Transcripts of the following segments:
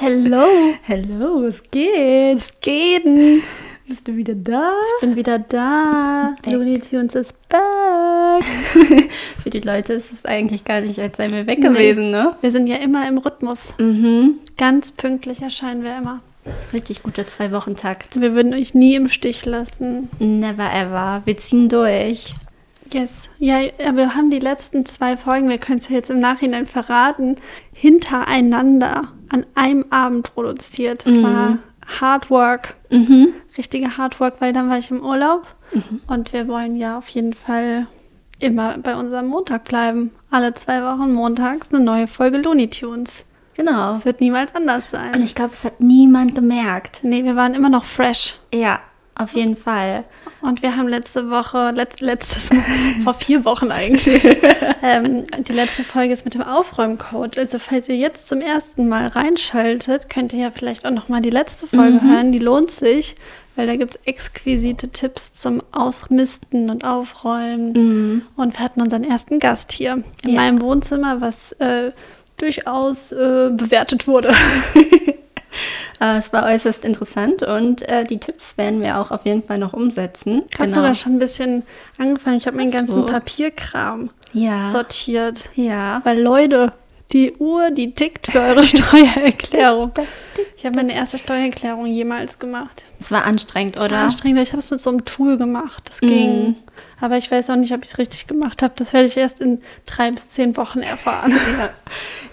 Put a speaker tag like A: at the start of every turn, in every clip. A: Hello,
B: Hallo, was geht?
A: was geht denn?
B: Bist du wieder da?
A: Ich bin wieder da.
B: Back.
A: Looney Tunes is back. Für die Leute ist es eigentlich gar nicht, als seien wir weg
B: Nee.
A: gewesen, ne?
B: Wir sind ja immer im Rhythmus.
A: Mhm.
B: Ganz pünktlich erscheinen wir immer. Also
A: Richtig guter Zwei-Wochen-Takt.
B: Wir würden euch nie im Stich lassen.
A: Never ever. Wir ziehen durch.
B: Yes. Ja, aber wir haben die letzten zwei Folgen, wir können es ja jetzt im Nachhinein verraten, hintereinander an einem Abend produziert. Das
A: Mhm.
B: war Hard Work.
A: Mhm.
B: Richtige Hard Work, weil dann war ich im Urlaub. Und wir wollen ja auf jeden Fall immer bei unserem Montag bleiben. Alle zwei Wochen montags eine neue Folge Looney Tunes.
A: Genau.
B: Es wird niemals anders
A: Und
B: sein.
A: ich glaube, es hat niemand gemerkt.
B: Nee, wir waren immer noch fresh.
A: Ja, auf jeden Fall.
B: Und wir haben letzte Woche, letzt, letztes Mal, vor vier Wochen eigentlich, ähm, die letzte Folge ist mit dem Aufräumcode. Also falls ihr jetzt zum ersten Mal reinschaltet, könnt ihr ja vielleicht auch nochmal die letzte Folge
A: Mhm.
B: hören. Die lohnt sich, weil da gibt es exquisite Tipps zum Ausmisten und Aufräumen. Und wir hatten unseren ersten Gast hier in
A: Mhm. Ja.
B: meinem Wohnzimmer, was äh, durchaus äh, bewertet wurde.
A: Äh, es war äußerst interessant und äh, die Tipps werden wir auch auf jeden Fall noch umsetzen.
B: Ich habe sogar schon ein bisschen angefangen. Ich habe meinen ganzen
A: Genau. gut.
B: Papierkram
A: ja.
B: sortiert.
A: ja.
B: Weil Leute, die Uhr, die tickt für eure Steuererklärung. Ich habe meine erste Steuererklärung jemals gemacht.
A: Es war anstrengend,
B: Das war
A: oder? Mhm.
B: anstrengend. Ich habe es mit so einem Tool gemacht. Das ging. Aber ich weiß auch nicht, ob ich es richtig gemacht habe. Das werde ich erst in drei bis zehn Wochen erfahren.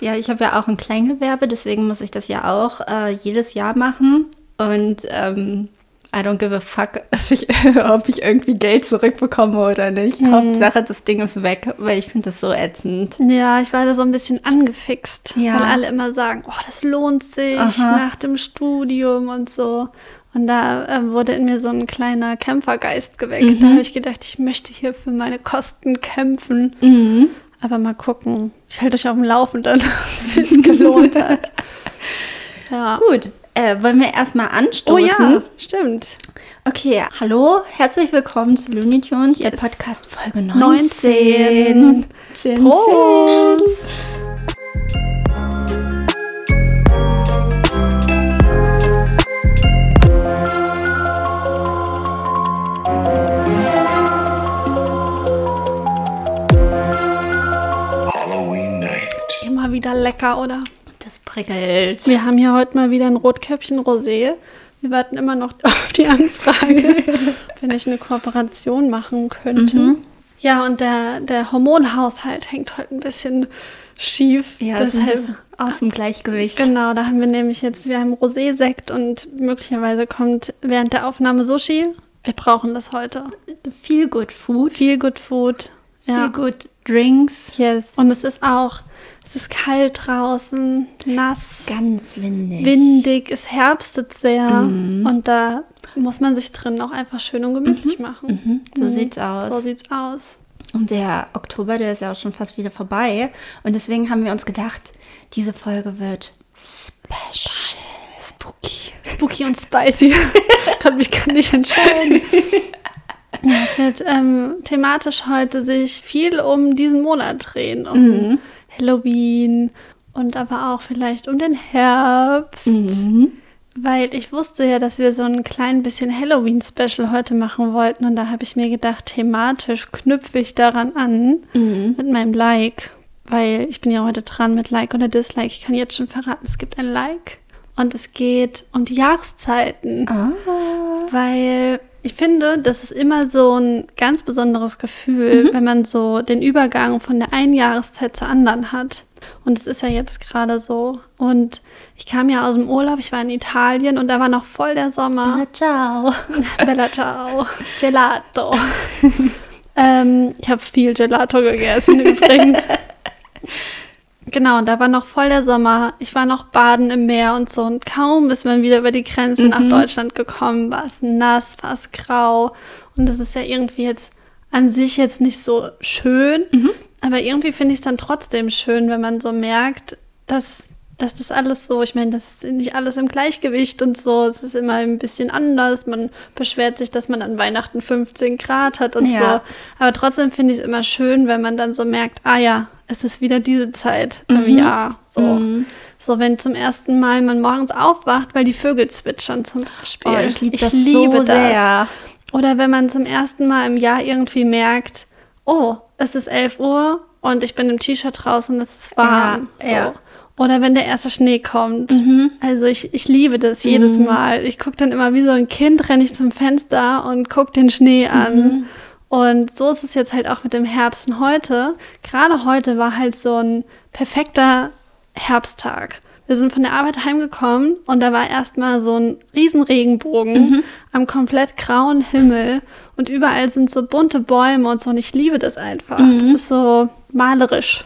A: Ja, ich habe ja auch ein Kleingewerbe, deswegen muss ich das ja auch äh, jedes Jahr machen. Und ähm, I don't give a fuck, ob ich, ob ich irgendwie Geld zurückbekomme oder nicht.
B: Mhm.
A: Hauptsache, das Ding ist weg, weil ich finde das so ätzend.
B: Ja, ich war da so ein bisschen angefixt,
A: Ja.
B: weil alle immer sagen, oh, das lohnt sich
A: Aha.
B: nach dem Studium und so. Und da ähm, wurde in mir so ein kleiner Kämpfergeist geweckt.
A: Mhm.
B: Da habe ich gedacht, ich möchte hier für meine Kosten kämpfen. Aber mal gucken. Ich halte euch auf dem Laufenden, ob es sich gelohnt hat. Ja.
A: Gut, äh, wollen wir erstmal anstoßen?
B: Oh ja, stimmt.
A: Okay, hallo, herzlich willkommen zu Looney Tunes, der Podcast Folge 19.
B: 19.
A: Chin,
B: Prost!
C: Halloween night.
B: Immer wieder lecker, oder?
A: chin. Das prickelt.
B: Wir haben ja heute mal wieder ein Rotkäppchen-Rosé. Wir warten immer noch auf die Anfrage, wenn ich eine Kooperation machen könnte.
A: Mhm.
B: Ja, und der, der Hormonhaushalt hängt heute ein bisschen schief.
A: Ja, das ist ein bisschen aus dem Gleichgewicht.
B: Genau, da haben wir nämlich jetzt, wir haben Rosé-Sekt und möglicherweise kommt während der Aufnahme Sushi. Wir brauchen das heute.
A: Viel good food,
B: Viel Good Food. Ja.
A: viel good drinks.
B: Yes. Und es ist auch, es ist kalt draußen, nass.
A: Ganz windig.
B: windig, es herbstet sehr und da muss man sich drin auch einfach schön und gemütlich machen.
A: Mhm. So sieht's aus.
B: So sieht's aus.
A: Und der Oktober, der ist ja auch schon fast wieder vorbei. Und deswegen haben wir uns gedacht, diese Folge wird special.
B: Spooky. Spooky und spicy. Konnte mich gar nicht entscheiden. Ja, es wird ähm, thematisch heute sich viel um diesen Monat drehen, um Halloween und aber auch vielleicht um den Herbst.
A: Mhm.
B: Weil ich wusste ja, dass wir so ein klein bisschen Halloween-Special heute machen wollten und da habe ich mir gedacht, thematisch knüpfe ich daran an mit meinem Like, weil ich bin ja heute dran mit Like oder Dislike. Ich kann jetzt schon verraten, es gibt ein Like und es geht um die Jahreszeiten,
A: Ah.
B: weil ich finde, das ist immer so ein ganz besonderes Gefühl, wenn man so den Übergang von der einen Jahreszeit zur anderen hat. Und es ist ja jetzt gerade so. Und ich kam ja aus dem Urlaub, ich war in Italien und da war noch voll der
A: Ah.
B: Sommer.
A: ciao.
B: Bella ciao. Gelato. ähm, ich habe viel Gelato gegessen übrigens. Genau, und da war noch voll der Sommer. Ich war noch baden im Meer und so. Und kaum ist man wieder über die Grenze nach Deutschland gekommen, war es nass, war es grau. Und das ist ja irgendwie jetzt an sich jetzt nicht so schön. Aber irgendwie finde ich es dann trotzdem schön, wenn man so merkt, dass, dass das alles so, ich meine, das ist nicht alles im Gleichgewicht und so. Es ist immer ein bisschen anders. Man beschwert sich, dass man an Weihnachten 15 Grad hat und
A: Ja.
B: so. Aber trotzdem finde ich es
A: Mhm.
B: immer schön, wenn man dann so merkt, ah ja, es ist wieder diese Zeit im Jahr. So. So, wenn zum ersten Mal man morgens aufwacht, weil die Vögel zwitschern zum Beispiel.
A: Oh, ich lieb das so sehr.
B: Oder wenn man zum ersten Mal im Jahr irgendwie merkt, oh, es ist 11 Uhr und ich bin im T-Shirt draußen, es ist warm.
A: Ja,
B: so.
A: ja. Mhm.
B: Oder wenn der erste Schnee kommt. Also ich, ich liebe das jedes Mal. Ich gucke dann immer wie so ein Kind, renne ich zum Fenster und gucke den Schnee
A: Mhm.
B: an. Und so ist es jetzt halt auch mit dem Herbst. Und heute, gerade heute war halt so ein perfekter Herbsttag. Wir sind von der Arbeit heimgekommen und da war erstmal so ein riesen Regenbogen am komplett grauen Himmel und überall sind so bunte Bäume und so und ich liebe das einfach. Das ist so malerisch.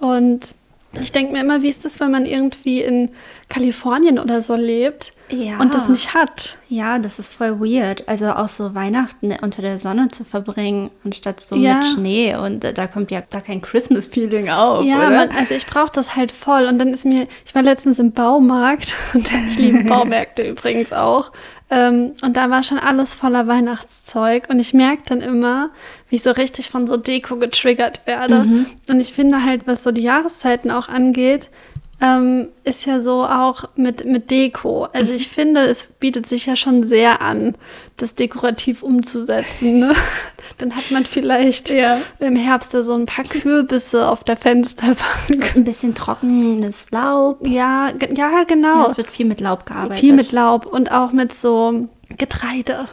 B: Und ich denke mir immer, wie ist das, wenn man irgendwie in Kalifornien oder so lebt
A: Ja.
B: und das nicht hat?
A: Ja, das ist voll weird. Also auch so Weihnachten unter der Sonne zu verbringen, anstatt so
B: Ja.
A: mit Schnee. Und äh, da kommt ja gar kein Christmas-Feeling auf,
B: Ja,
A: oder?
B: man, also ich brauche das halt voll. Und dann ist mir, ich war letztens im Baumarkt und ich liebe Baumärkte übrigens auch. Ähm, und da war schon alles voller Weihnachtszeug. Und ich merke dann immer, wie ich so richtig von so Deko getriggert werde. Und ich finde halt, was so die Jahreszeiten auch angeht, ähm, ist ja so auch mit, mit Deko. Also ich finde, es bietet sich ja schon sehr an, das dekorativ umzusetzen. Ne? Dann hat man vielleicht
A: Ja.
B: im Herbst da so ein paar Kürbisse auf der Fensterbank.
A: Ein bisschen trockenes Laub.
B: Ja, ge- ja
A: Ja,
B: genau.
A: es wird viel mit Laub gearbeitet.
B: Viel mit Laub und auch mit so Getreide.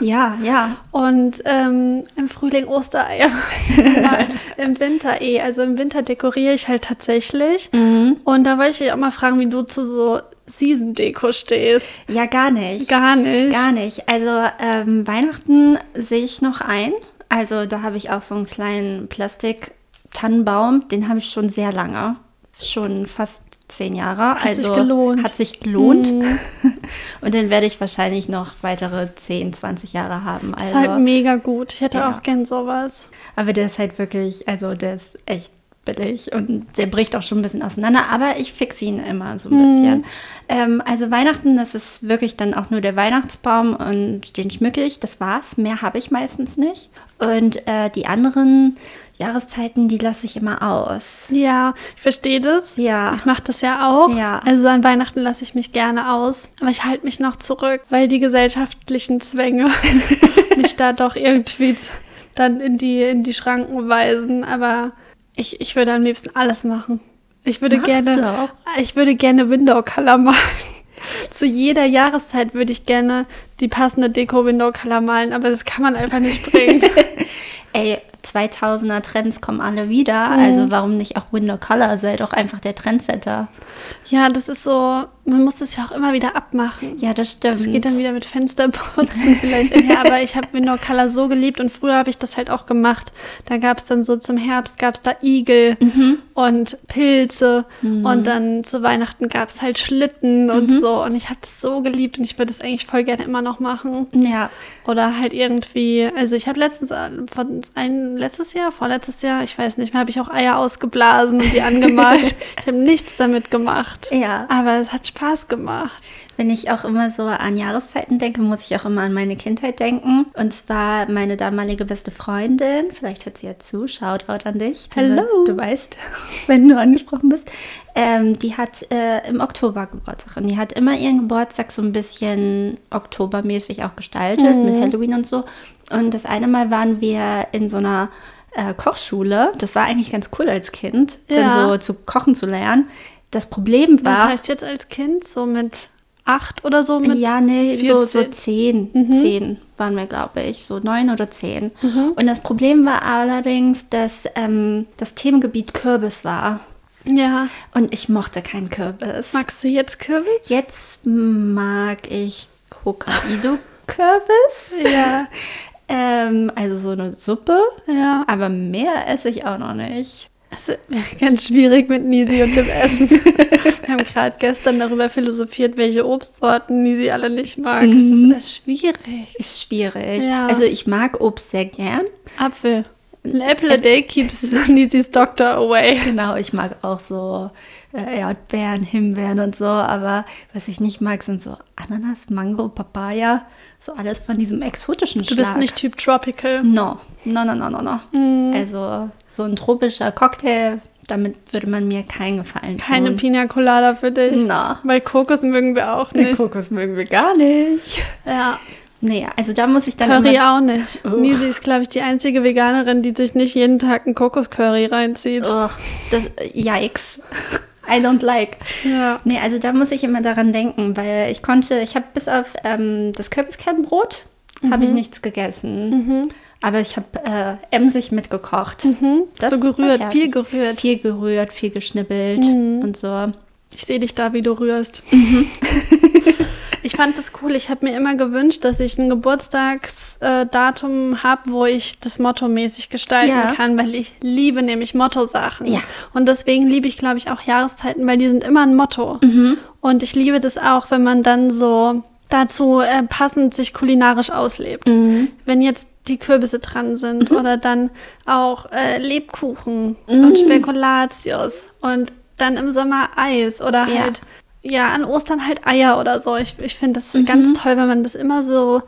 A: Ja, ja.
B: Und ähm, im Frühling Ostereier. Aber Im Winter eh. Also im Winter dekoriere ich halt tatsächlich. Und da wollte ich dich auch mal fragen, wie du zu so Season-Deko stehst.
A: Ja, gar nicht.
B: Gar nicht.
A: Gar nicht. Also ähm, Weihnachten sehe ich noch ein. Also da habe ich auch so einen kleinen Plastik-Tannenbaum. Den habe ich schon sehr lange. Schon fast zehn Jahre.
B: Hat sich
A: also
B: gelohnt. Mhm.
A: Hat sich gelohnt. Und den werde ich wahrscheinlich noch weitere 10, 20 Jahre haben.
B: ist
A: Also,
B: halt mega gut. Ich hätte
A: Ja.
B: auch gern sowas.
A: aber der ist halt wirklich, also der ist echt billig und der bricht auch schon ein bisschen auseinander, aber ich fixe ihn immer so ein
B: Mhm.
A: bisschen. Ähm, also Weihnachten, das ist wirklich dann auch nur der Weihnachtsbaum und den schmücke ich, das war's. Mehr habe ich meistens nicht. Und äh, die anderen Jahreszeiten, die lasse ich immer aus.
B: Ja, ich verstehe das.
A: Ja.
B: Ich mache das ja auch.
A: Ja.
B: Also an Weihnachten lasse ich mich gerne aus. Aber ich halte mich noch zurück, weil die gesellschaftlichen Zwänge mich da doch irgendwie z- dann in die, in die Schranken weisen. Aber ich, ich würde am liebsten alles machen. Ich würde
A: Mach
B: gerne, ich würde gerne Window Color malen. Zu jeder Jahreszeit würde ich gerne die passende Deko Window Color malen, aber das kann man einfach nicht bringen.
A: Ey, 2000er Trends kommen alle wieder,
B: Mhm.
A: also warum nicht auch Window Color? Sei doch einfach der Trendsetter.
B: ja, das ist so, man muss das ja auch immer wieder abmachen.
A: Ja, das stimmt.
B: Es geht dann wieder mit Fensterputzen vielleicht einher, aber ich habe Window Color so geliebt und früher habe ich das halt auch gemacht. Da gab es dann so zum Herbst gab es da Igel und Pilze und dann zu Weihnachten gab es halt Schlitten und so und ich habe das so geliebt und ich würde das eigentlich voll gerne immer noch machen.
A: ja,
B: Oder halt irgendwie, also ich habe letztens, äh, von ein, letztes Jahr, vorletztes Jahr, ich weiß nicht mehr, habe ich auch Eier ausgeblasen und die angemalt. ich habe nichts damit gemacht.
A: Ja.
B: Aber es hat Spaß gemacht.
A: Wenn ich auch immer so an Jahreszeiten denke, muss ich auch immer an meine Kindheit denken. Und zwar meine damalige beste Freundin, vielleicht hört sie ja zu, Shoutout an dich. Du,
B: Hello.
A: we- Du weißt, wenn du angesprochen bist. Ähm, die hat äh, im Oktober Geburtstag und die hat immer ihren Geburtstag so ein bisschen oktobermäßig auch gestaltet,
B: Mhm.
A: mit Halloween und so. Und das eine Mal waren wir in so einer äh, Kochschule. Das war eigentlich ganz cool als Kind,
B: Ja.
A: dann so zu kochen zu lernen. Das Problem war,
B: Was heißt jetzt als Kind? So mit acht oder so mit? Mhm.
A: ja, nee, so, so
B: 14?
A: zehn. Zehn waren wir, glaube ich. So neun oder zehn.
B: Mhm.
A: Und das Problem war allerdings, dass ähm, das Themengebiet Kürbis war.
B: Ja.
A: Und ich mochte keinen Kürbis.
B: Magst du jetzt Kürbis?
A: Jetzt mag ich Hokkaido-Kürbis.
B: Ja.
A: ähm, also so eine Suppe.
B: Ja.
A: Aber mehr esse ich auch noch nicht.
B: Es wäre ganz schwierig mit Nisi und dem Essen. Wir haben gerade gestern darüber philosophiert, welche Obstsorten Nisi alle nicht mag.
A: Mhm.
B: Es ist, es ist schwierig.
A: Ist schwierig.
B: Ja.
A: Also ich mag Obst sehr gern.
B: Apfel. An apple a day keeps Nisis doctor away.
A: Genau, ich mag auch so äh, Erdbeeren, Himbeeren und so. Aber was ich nicht mag, sind so Ananas, Mango, Papaya. So alles von diesem exotischen
B: Du bist
A: Schlag.
B: nicht Typ Tropical.
A: No, no, no, no, no, no. Also so ein tropischer Cocktail, damit würde man mir keinen Gefallen
B: Keine
A: tun.
B: Pina Colada für dich.
A: Na.
B: Weil Kokos mögen wir auch
A: Keine
B: nicht.
A: Kokos mögen wir gar nicht.
B: Ja.
A: Nee, also da muss ich dann
B: Curry
A: immer...
B: auch nicht.
A: Ugh.
B: Nisi ist, glaube ich, die einzige Veganerin, die sich nicht jeden Tag einen Kokoscurry reinzieht.
A: Ugh, Oh, das, yikes. I don't like.
B: Ja.
A: Nee, also da muss ich immer daran denken, weil ich konnte, ich habe bis auf ähm, das Kürbiskernbrot, habe
B: Mhm.
A: ich nichts gegessen. Aber ich habe äh, emsig mitgekocht. Das
B: Mhm. so gerührt,
A: war
B: viel
A: herrlich.
B: gerührt. Mhm.
A: Viel gerührt, viel geschnippelt und so.
B: Ich sehe dich da, wie du rührst. Mhm. ich fand das cool. Ich habe mir immer gewünscht, dass ich ein Geburtstagsdatum habe, wo ich das Motto mäßig gestalten
A: Ja.
B: kann, weil ich liebe nämlich Motto-Sachen.
A: Ja.
B: Und deswegen liebe ich, glaube ich, auch Jahreszeiten, weil die sind immer ein Motto.
A: Mhm.
B: Und ich liebe das auch, wenn man dann so dazu äh, passend sich kulinarisch auslebt.
A: Mhm.
B: Wenn jetzt die Kürbisse dran sind oder dann auch äh, Lebkuchen
A: Mhm.
B: und Spekulatius und dann im Sommer Eis oder
A: Ja.
B: halt ja an Ostern halt Eier oder so. Ich, ich finde das
A: Mhm.
B: ganz toll, wenn man das immer so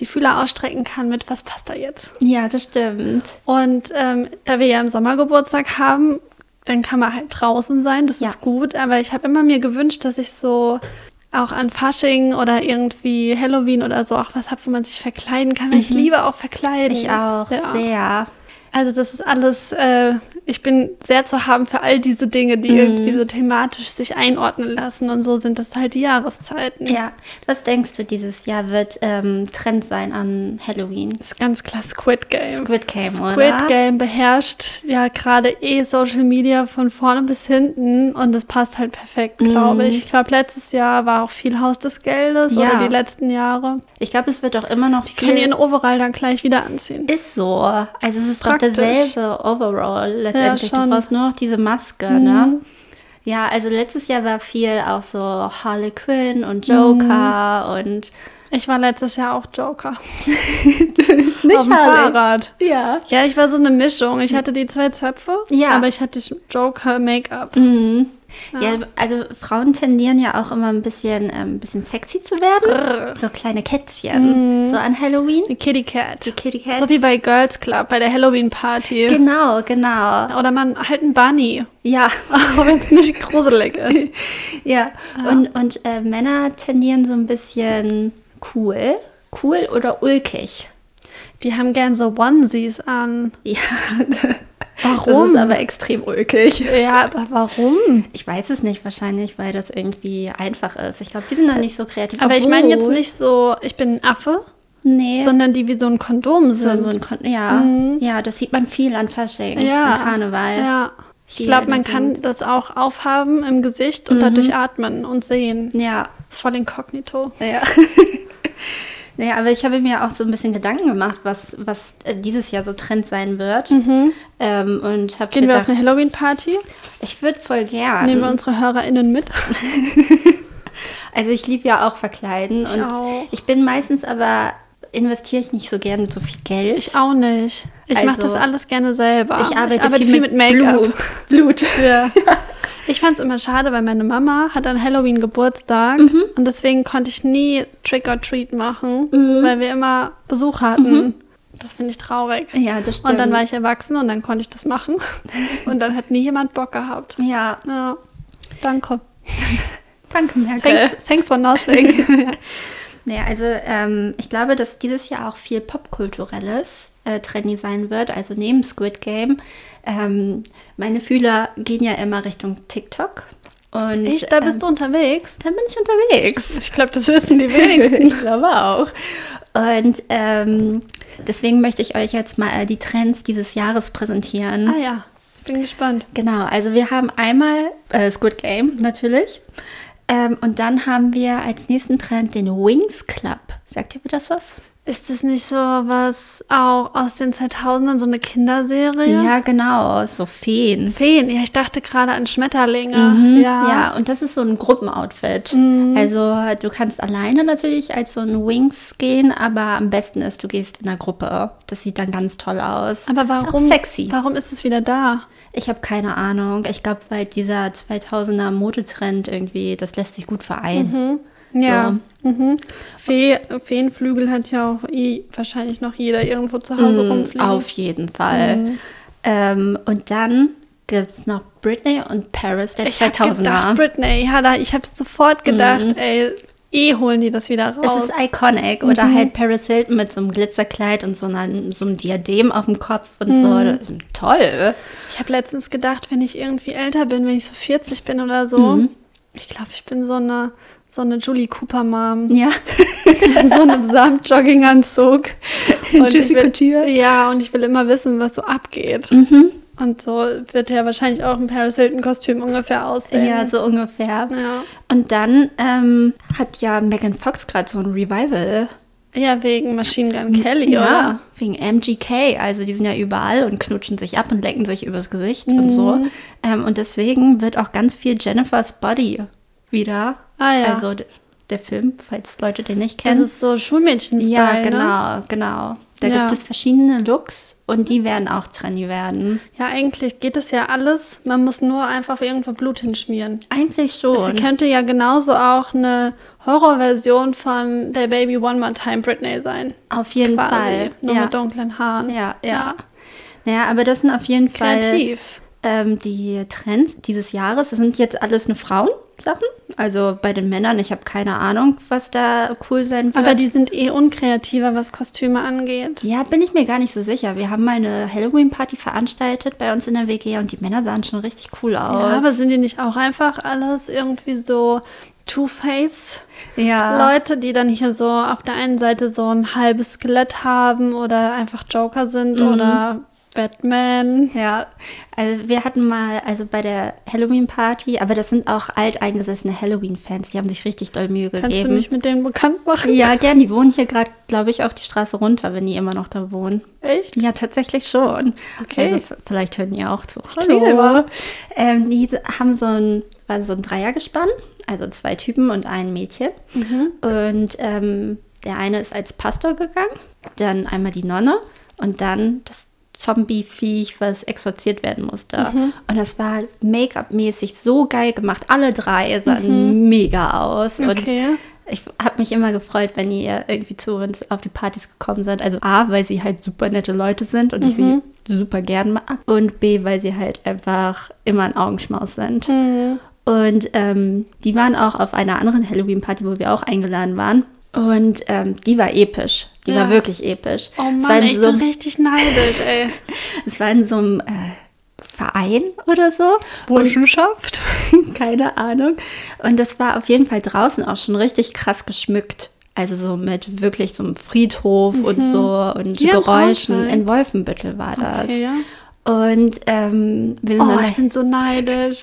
B: die Fühler ausstrecken kann mit was passt da jetzt.
A: Ja, das stimmt.
B: Und ähm, da wir ja im Sommer Geburtstag haben, dann kann man halt draußen sein, das
A: Ja.
B: ist gut. Aber ich habe immer mir gewünscht, dass ich so auch an Fasching oder irgendwie Halloween oder so auch was habe, wo man sich verkleiden kann. Weil Ich liebe auch verkleiden.
A: Mhm. Ich auch,
B: Ja.
A: sehr.
B: Also das ist alles, äh, ich bin sehr zu haben für all diese Dinge, die
A: Mhm.
B: irgendwie so thematisch sich einordnen lassen. Und so sind das halt die Jahreszeiten.
A: Ja. Was denkst du, dieses Jahr wird ähm, Trend sein an Halloween?
B: Das ist ganz klar Squid Game.
A: Squid Game, oder?
B: Squid Game beherrscht ja gerade eh Social Media von vorne bis hinten und das passt halt perfekt,
A: Mhm.
B: glaube ich. Ich glaube, letztes Jahr war auch viel Haus des Geldes
A: Ja.
B: oder die letzten Jahre.
A: Ich glaube, es wird doch immer noch
B: Können ihr in
A: viel...
B: Overall dann gleich wieder anziehen.
A: Ist so. Also es ist
B: Praktisch.
A: doch derselbe Overall letztendlich.
B: schon. Mhm.
A: du brauchst nur noch diese Maske, ne? Ja, also letztes Jahr war viel auch so Harley Quinn und
B: Mhm.
A: Joker und...
B: Ich war letztes Jahr auch Joker.
A: Nicht
B: Auf dem Fahrrad.
A: Ja.
B: Ja, ich war so eine Mischung. Ich hatte die zwei Zöpfe,
A: Ja.
B: aber ich hatte Joker-Make-up.
A: Mhm. Ja. also Frauen tendieren ja auch immer ein bisschen, ähm, bisschen sexy zu werden. So kleine Kätzchen. So an Halloween.
B: Mhm. Die Kitty Cat.
A: Die Kitty Cats.
B: So wie bei Girls Club, bei der Halloween-Party.
A: Genau, genau.
B: Oder man halt ein Bunny,
A: Ja,
B: auch wenn es nicht gruselig ist.
A: ja. Und, und äh, Männer tendieren so ein bisschen cool. Cool oder ulkig.
B: Die haben gern so Onesies an.
A: Ja,
B: Warum?
A: das ist aber extrem ulkig.
B: ja, aber warum?
A: Ich weiß es nicht, wahrscheinlich, weil das irgendwie einfach ist. Ich glaube, die sind noch nicht so kreativ.
B: Aber ich meine jetzt
A: Obwohl-
B: nicht so, ich bin ein Affe,
A: Nee.
B: sondern die wie so ein Kondom
A: so,
B: sind.
A: so ein Kon ja. ja, das sieht man viel an Fasching,
B: ja.
A: an Karneval.
B: Ja. Ich
A: Die
B: glaube, man
A: in-
B: kann das auch aufhaben im Gesicht und dadurch atmen und sehen.
A: Mhm. Ja,
B: Ist voll inkognito.
A: ja. naja, aber ich habe mir auch so ein bisschen Gedanken gemacht, was, was äh, dieses Jahr so Trend sein wird. Ähm, und habe
B: Mhm. Gehen wir
A: gedacht,
B: auf eine Halloween-Party?
A: ich würde voll gern.
B: Nehmen wir unsere HörerInnen mit?
A: Also ich liebe ja auch verkleiden und
B: auch.
A: ich bin meistens aber investiere ich nicht so gern mit so viel Geld.
B: Ich auch nicht. Ich mache
A: Also,
B: das alles gerne selber.
A: Ich arbeite, viel, mit, Blut. Blut.
B: Ja. Ich fand es immer schade, weil meine Mama hat an Halloween Geburtstag und deswegen konnte ich nie Trick or Treat machen, weil wir immer Besuch hatten. Das finde ich traurig.
A: Ja, das stimmt.
B: und dann war ich erwachsen und dann konnte ich das machen und dann hat nie jemand Bock gehabt.
A: ja,
B: Ja, danke.
A: danke Merkel.
B: Thanks, thanks for nothing.
A: Naja, also ähm, ich glaube, dass dieses Jahr auch viel Popkulturelles äh, trendy sein wird, also neben Squid Game. Ähm, meine Fühler gehen ja immer Richtung TikTok. Und
B: ich, da bist
A: ähm,
B: du unterwegs.
A: da bin ich unterwegs.
B: Ich glaube, das wissen die wenigsten.
A: Ich glaube auch. Und ähm, deswegen möchte ich euch jetzt mal äh, die Trends dieses Jahres präsentieren.
B: ah ja, bin gespannt.
A: Genau, also wir haben einmal äh, Squid Game natürlich. Ähm, und dann haben wir als nächsten Trend den Wings Club. Sagt ihr mir das was?
B: Ist das nicht so was auch aus den 2000ern, so eine Kinderserie?
A: Ja, genau, so Feen.
B: Feen, ja, ich dachte gerade an Schmetterlinge.
A: Ja.
B: Mhm. Ja. Mhm.
A: und das ist so ein Gruppenoutfit. Also du kannst alleine natürlich als so ein Wings gehen, aber am besten ist, du gehst in einer Gruppe. Das sieht dann ganz toll aus.
B: Aber
A: Ist auch
B: warum,
A: sexy.
B: warum ist es wieder da?
A: Ich habe keine Ahnung. Ich glaube, weil dieser 2000er Modetrend irgendwie, das lässt sich gut vereinen.
B: Mhm. Ja. So. Mhm. Fee, Feenflügel hat ja auch eh wahrscheinlich noch jeder irgendwo zu Hause mhm, rumfliegen.
A: Auf jeden Fall.
B: Mhm.
A: Ähm, und dann gibt es noch Britney und Paris der
B: ich
A: 2000er.
B: Hab gedacht, Britney, ja, da, ich habe es sofort gedacht, ey. Eh holen die das wieder raus.
A: Es ist iconic.
B: Mhm.
A: Oder halt Paris Hilton mit so einem Glitzerkleid und so, einer, so einem Diadem auf dem Kopf und
B: Mhm.
A: so. Das ist Toll.
B: Ich habe letztens gedacht, wenn ich irgendwie älter bin, wenn ich so 40 bin oder so,
A: Mhm.
B: ich glaube, ich bin so eine, so eine Julie Cooper Mom.
A: Ja.
B: In so einem Samtjogginganzug. Und ich
A: Juicy
B: will,
A: Couture.
B: Ja, und ich will immer wissen, was so abgeht.
A: Mhm.
B: Und so wird er wahrscheinlich auch ein Paris Hilton Kostüm ungefähr aussehen.
A: Ja, so ungefähr.
B: ja.
A: Und dann ähm, hat ja Megan Fox gerade so ein Revival.
B: Ja, wegen Machine Gun Kelly, oder?
A: Wegen MGK. Also die sind ja überall und knutschen sich ab und lecken sich übers Gesicht und
B: Mhm.
A: so. Ähm, und deswegen wird auch ganz viel Jennifer's Body wieder.
B: Ah, ja.
A: Also d- der Film, falls Leute den nicht
B: Das
A: kennen.
B: ist so Schulmädchen-Style,
A: ja,
B: ne?
A: genau, genau. Da
B: Ja.
A: gibt es verschiedene Looks und die werden auch trendy werden.
B: Ja, eigentlich geht das ja alles. Man muss nur einfach irgendwo Blut hinschmieren.
A: Eigentlich
B: Sie
A: schon.
B: könnte ja genauso auch eine Horrorversion von der Baby One More Time Britney sein.
A: Auf jeden
B: Quasi.
A: Fall.
B: Nur
A: ja.
B: mit dunklen Haaren.
A: ja, ja. Naja, aber das sind auf jeden Fall.
B: Kreativ.
A: Ähm, die Trends dieses Jahres, das sind jetzt alles nur Frauensachen. Also bei den Männern, ich habe keine Ahnung, was da cool sein wird.
B: Aber die sind eh unkreativer, was Kostüme angeht.
A: ja, bin ich mir gar nicht so sicher. Wir haben mal eine Halloween-Party veranstaltet bei uns in der WG und die Männer sahen schon richtig cool aus.
B: Ja, aber sind die nicht auch einfach alles irgendwie so Two-Face?
A: ja.
B: Leute, die dann hier so auf der einen Seite so ein halbes Skelett haben oder einfach Joker sind
A: Mhm.
B: oder Batman.
A: Ja, also wir hatten mal, also bei der Halloween-Party, aber das sind auch alteingesessene Halloween-Fans, die haben sich richtig doll Mühe
B: Kannst du
A: gegeben.
B: mich mit denen bekannt machen?
A: ja, gern, die wohnen hier gerade, glaube ich, auch die Straße runter, wenn die immer noch da wohnen.
B: Echt?
A: Ja, tatsächlich schon.
B: Okay.
A: Also v- vielleicht hören die auch zu.
B: Hallo.
A: Ähm, die haben so ein, waren so ein Dreiergespann, also zwei Typen und ein Mädchen.
B: Mhm.
A: Und ähm, der eine ist als Pastor gegangen, dann einmal die Nonne und dann das Zombie-Viech, was exorziert werden musste.
B: Mhm.
A: Und das war Make-up-mäßig so geil gemacht. Alle drei sahen mega aus.
B: Mhm. Okay.
A: Und ich habe mich immer gefreut, wenn die irgendwie zu uns auf die Partys gekommen sind. Also A, weil sie halt super nette Leute sind und ich
B: Mhm.
A: sie super gern mag. Und B, weil sie halt einfach immer ein Augenschmaus sind.
B: Mhm.
A: Und ähm, die waren auch auf einer anderen Halloween-Party, wo wir auch eingeladen waren. Und ähm, die war episch. Die
B: Ja.
A: war wirklich episch.
B: Oh
A: es,
B: Mann,
A: war
B: ey,
A: in
B: ich
A: so,
B: bin richtig neidisch, ey.
A: es war in so einem äh, Verein oder so.
B: Burschenschaft?
A: Keine Ahnung. Und das war auf jeden Fall draußen auch schon richtig krass geschmückt. Also so mit wirklich so einem Friedhof und so und
B: Hier in
A: Geräuschen.
B: Mhm. Braunschweig?
A: In Wolfenbüttel war das.
B: Okay, ja.
A: Und ähm, wir sind
B: Oh,
A: dann
B: ich bin so neidisch.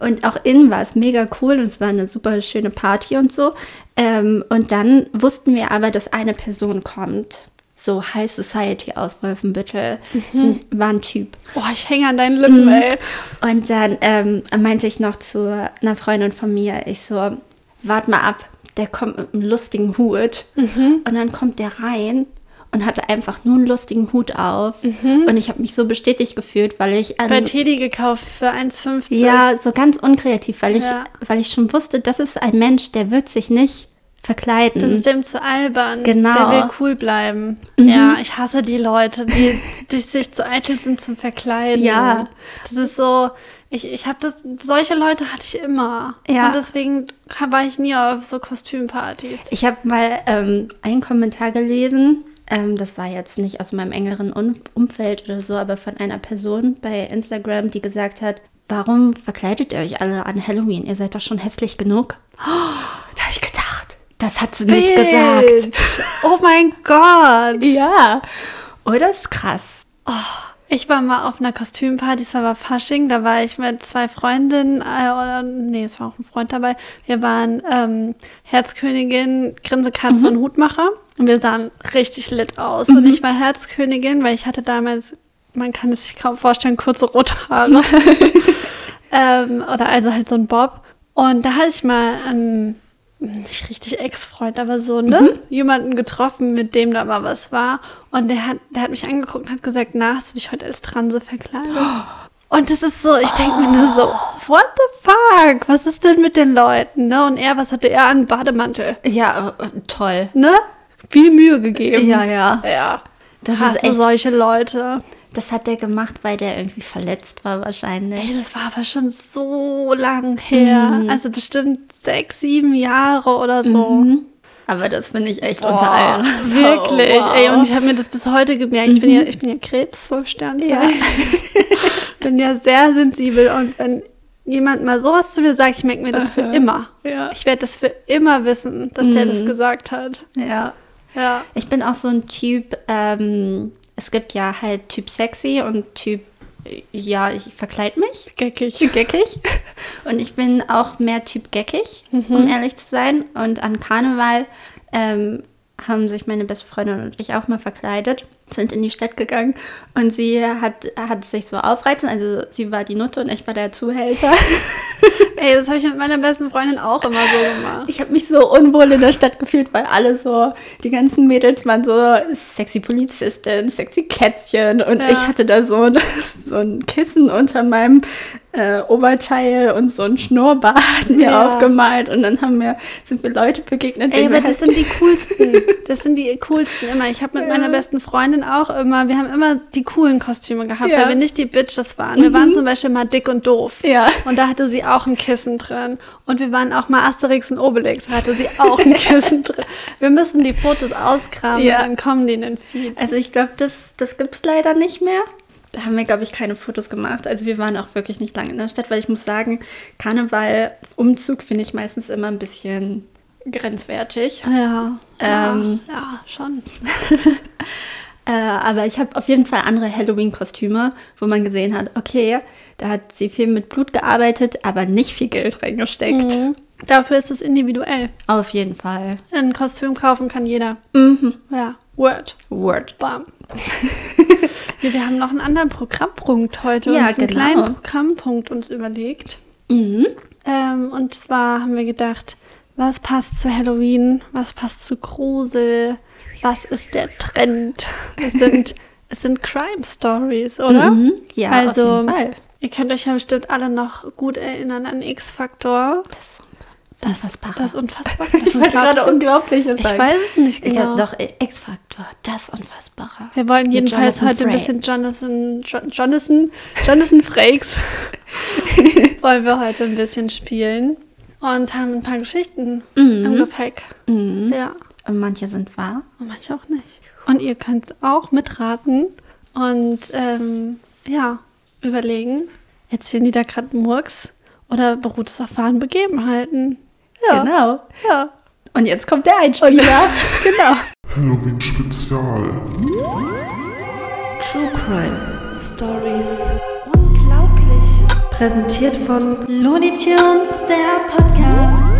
A: und auch innen war es mega cool und es war eine super schöne Party und so. Ähm, und dann wussten wir aber, dass eine Person kommt. So High Society aus Wolfenbüttel.
B: Mhm.
A: Es ein- war ein Typ.
B: Oh, ich hänge an
A: Mhm.
B: deinen Lippen, ey.
A: Und dann ähm, meinte ich noch zu einer Freundin von mir, ich so, wart mal ab, der kommt mit einem lustigen Hut.
B: Mhm.
A: Und dann kommt der rein und hatte einfach nur einen lustigen Hut auf. Und ich habe mich so bestätigt gefühlt, weil ich an,
B: Mhm. Bei Teddy gekauft für 1,50.
A: ja, so ganz unkreativ, weil ich,
B: Ja.
A: weil ich schon wusste, das ist ein Mensch, der wird sich nicht verkleiden.
B: Das ist dem zu albern.
A: Mhm. Genau. Mhm.
B: Der will cool bleiben. Ja, ich hasse die Leute, die, die sich zu eitel sind zum Verkleiden.
A: Ja.
B: Das ist so, ich, ich habe das, solche Leute hatte ich immer.
A: Ja.
B: Und deswegen kam- war ich nie auf so Kostümpartys.
A: ich habe mal ähm, einen Kommentar gelesen, ähm, das war jetzt nicht aus meinem engeren um Umfeld oder so, aber von einer Person bei Instagram, die gesagt hat, warum verkleidet ihr euch alle an Halloween? Ihr seid doch schon hässlich genug. Oh, da habe ich gedacht, das hat sie nicht gesagt.
B: Bitch. Oh mein Gott.
A: Ja. Oder Oh, ist krass.
B: Ich war mal auf einer Kostümparty, es war bei Fasching, da war ich mit zwei Freundinnen, äh, oder, nee, es war auch ein Freund dabei. Wir waren ähm, Herzkönigin, Grinsekatze und Hutmacher und wir sahen richtig lit aus. Und ich war Herzkönigin, weil ich hatte damals, man kann es sich kaum vorstellen, kurze rote Haare. ähm, oder also halt so ein Bob. Und da hatte ich mal einen, nicht richtig Ex-Freund, aber so, ne?
A: Mhm.
B: Jemanden getroffen, mit dem da mal
A: Oh.
B: was war. Und der hat, der hat mich angeguckt und hat gesagt, na, hast du dich heute als Transe verkleidet? Und das ist so, ich denke mir nur so, what the fuck? Was ist denn mit den Leuten? Ne? Und er, was hatte er an? Bademantel.
A: Ja, äh, toll.
B: Ne? Viel Mühe gegeben.
A: Ja, ja.
B: Ja.
A: Das
B: Das
A: ist
B: Hasse
A: echt-
B: solche Leute.
A: Das hat der gemacht, weil der irgendwie verletzt war wahrscheinlich.
B: Ey, das war aber schon so lang her.
A: Mhm.
B: Also bestimmt sechs, sieben Jahre oder so.
A: Aber das finde ich echt
B: Boah,
A: unter allen. So,
B: Wirklich.
A: wow. Mhm.
B: Ey, und ich habe mir das bis heute gemerkt. Ich bin ja, ich bin ja Krebs vom Sternzeichen.
A: Ja.
B: bin ja sehr sensibel und wenn jemand mal sowas zu mir sagt, ich merke mir das für immer.
A: Ja. Mhm.
B: Ich werde das für immer wissen, dass der das gesagt hat.
A: ja.
B: Ja.
A: Ich bin auch so ein Typ, ähm, es gibt ja halt Typ sexy und Typ, äh, ja, ich verkleid mich.
B: Geckig.
A: geckig. Und ich bin auch mehr Typ geckig,
B: Mhm.
A: um ehrlich zu sein. Und an Karneval ähm, haben sich meine beste Freundin und ich auch mal verkleidet, sind in die Stadt gegangen und sie hat, hat sich so aufreizen. Also sie war die Nutte und ich war der Zuhälter.
B: Ey, das habe ich mit meiner besten Freundin auch immer so gemacht.
A: Ich habe mich so unwohl in der Stadt gefühlt, weil alle so, die ganzen Mädels waren so sexy Polizistin, sexy Kätzchen und
B: Ja.
A: ich hatte da so ein, so ein Kissen unter meinem äh, Oberteil und so ein Schnurrbart mir
B: Ja.
A: aufgemalt und dann haben mir, sind mir Leute begegnet.
B: Ey,
A: denen
B: aber
A: wir
B: das
A: halt-
B: sind die coolsten. Das sind die coolsten immer. Ich habe mit meiner besten Freundin auch immer, wir haben immer die coolen Kostüme gehabt,
A: Ja. Mhm.
B: weil wir nicht die Bitches waren. Wir waren zum Beispiel mal dick und doof.
A: Ja.
B: Und da hatte sie auch ein Kissen drin. Und wir waren auch mal Asterix und Obelix, da hatte sie auch ein Kissen drin. Wir müssen die Fotos auskramen,
A: Ja.
B: dann kommen die in den Feed.
A: also ich glaube, das, das gibt es leider nicht mehr. Da haben wir, glaube ich, keine Fotos gemacht. Also wir waren auch wirklich nicht lange in der Stadt, weil ich muss sagen, Karneval, Umzug finde ich meistens immer ein bisschen grenzwertig.
B: Ja.
A: Ähm.
B: ja, ja, schon.
A: Äh, aber ich habe auf jeden Fall andere Halloween-Kostüme, wo man gesehen hat, okay, da hat sie viel mit Blut gearbeitet, aber nicht viel Geld reingesteckt.
B: Mhm. Dafür ist es individuell.
A: Auf jeden Fall.
B: Ein Kostüm kaufen kann jeder.
A: Mhm.
B: Ja. Word.
A: Word.
B: Bam. ja, wir haben noch einen anderen Programmpunkt heute.
A: Ja,
B: uns einen
A: genau.
B: kleinen Programmpunkt uns überlegt.
A: Mhm.
B: Ähm, und zwar haben wir gedacht, was passt zu Halloween? Was passt zu Grusel? Was ist der Trend? Es sind, es sind Crime Stories, oder?
A: Mhm. Ja, auf
B: also,
A: jeden Fall.
B: Ihr könnt euch ja bestimmt alle noch gut erinnern an X-Faktor.
A: Das, das, das,
B: Das Unfassbare.
A: Ich
B: Das
A: wollte gerade
B: Unglaubliche.
A: Unglaubliches
B: Ich
A: sagen.
B: weiß es nicht
A: Ich
B: genau.
A: glaube doch, äh, X-Faktor, das Unfassbare.
B: Wir wollten
A: Mit
B: jedenfalls
A: Jonathan
B: heute ein bisschen
A: Frakes.
B: Jonathan, jo Jonathan, Jonathan Frakes wollen wir heute ein bisschen spielen und haben ein paar Geschichten
A: Mhm.
B: im Gepäck. Ja,
A: Und manche sind wahr.
B: und manche auch nicht. Und ihr könnt auch mitraten und ähm, ja, überlegen, erzählen die da gerade Murks oder beruht es auf wahren Begebenheiten? Ja,
A: Genau.
B: ja.
A: Und jetzt kommt der Einspieler. genau.
C: Halloween Spezial.
D: True Crime Stories. Unglaublich. Präsentiert von Looney Tunes, der Podcast.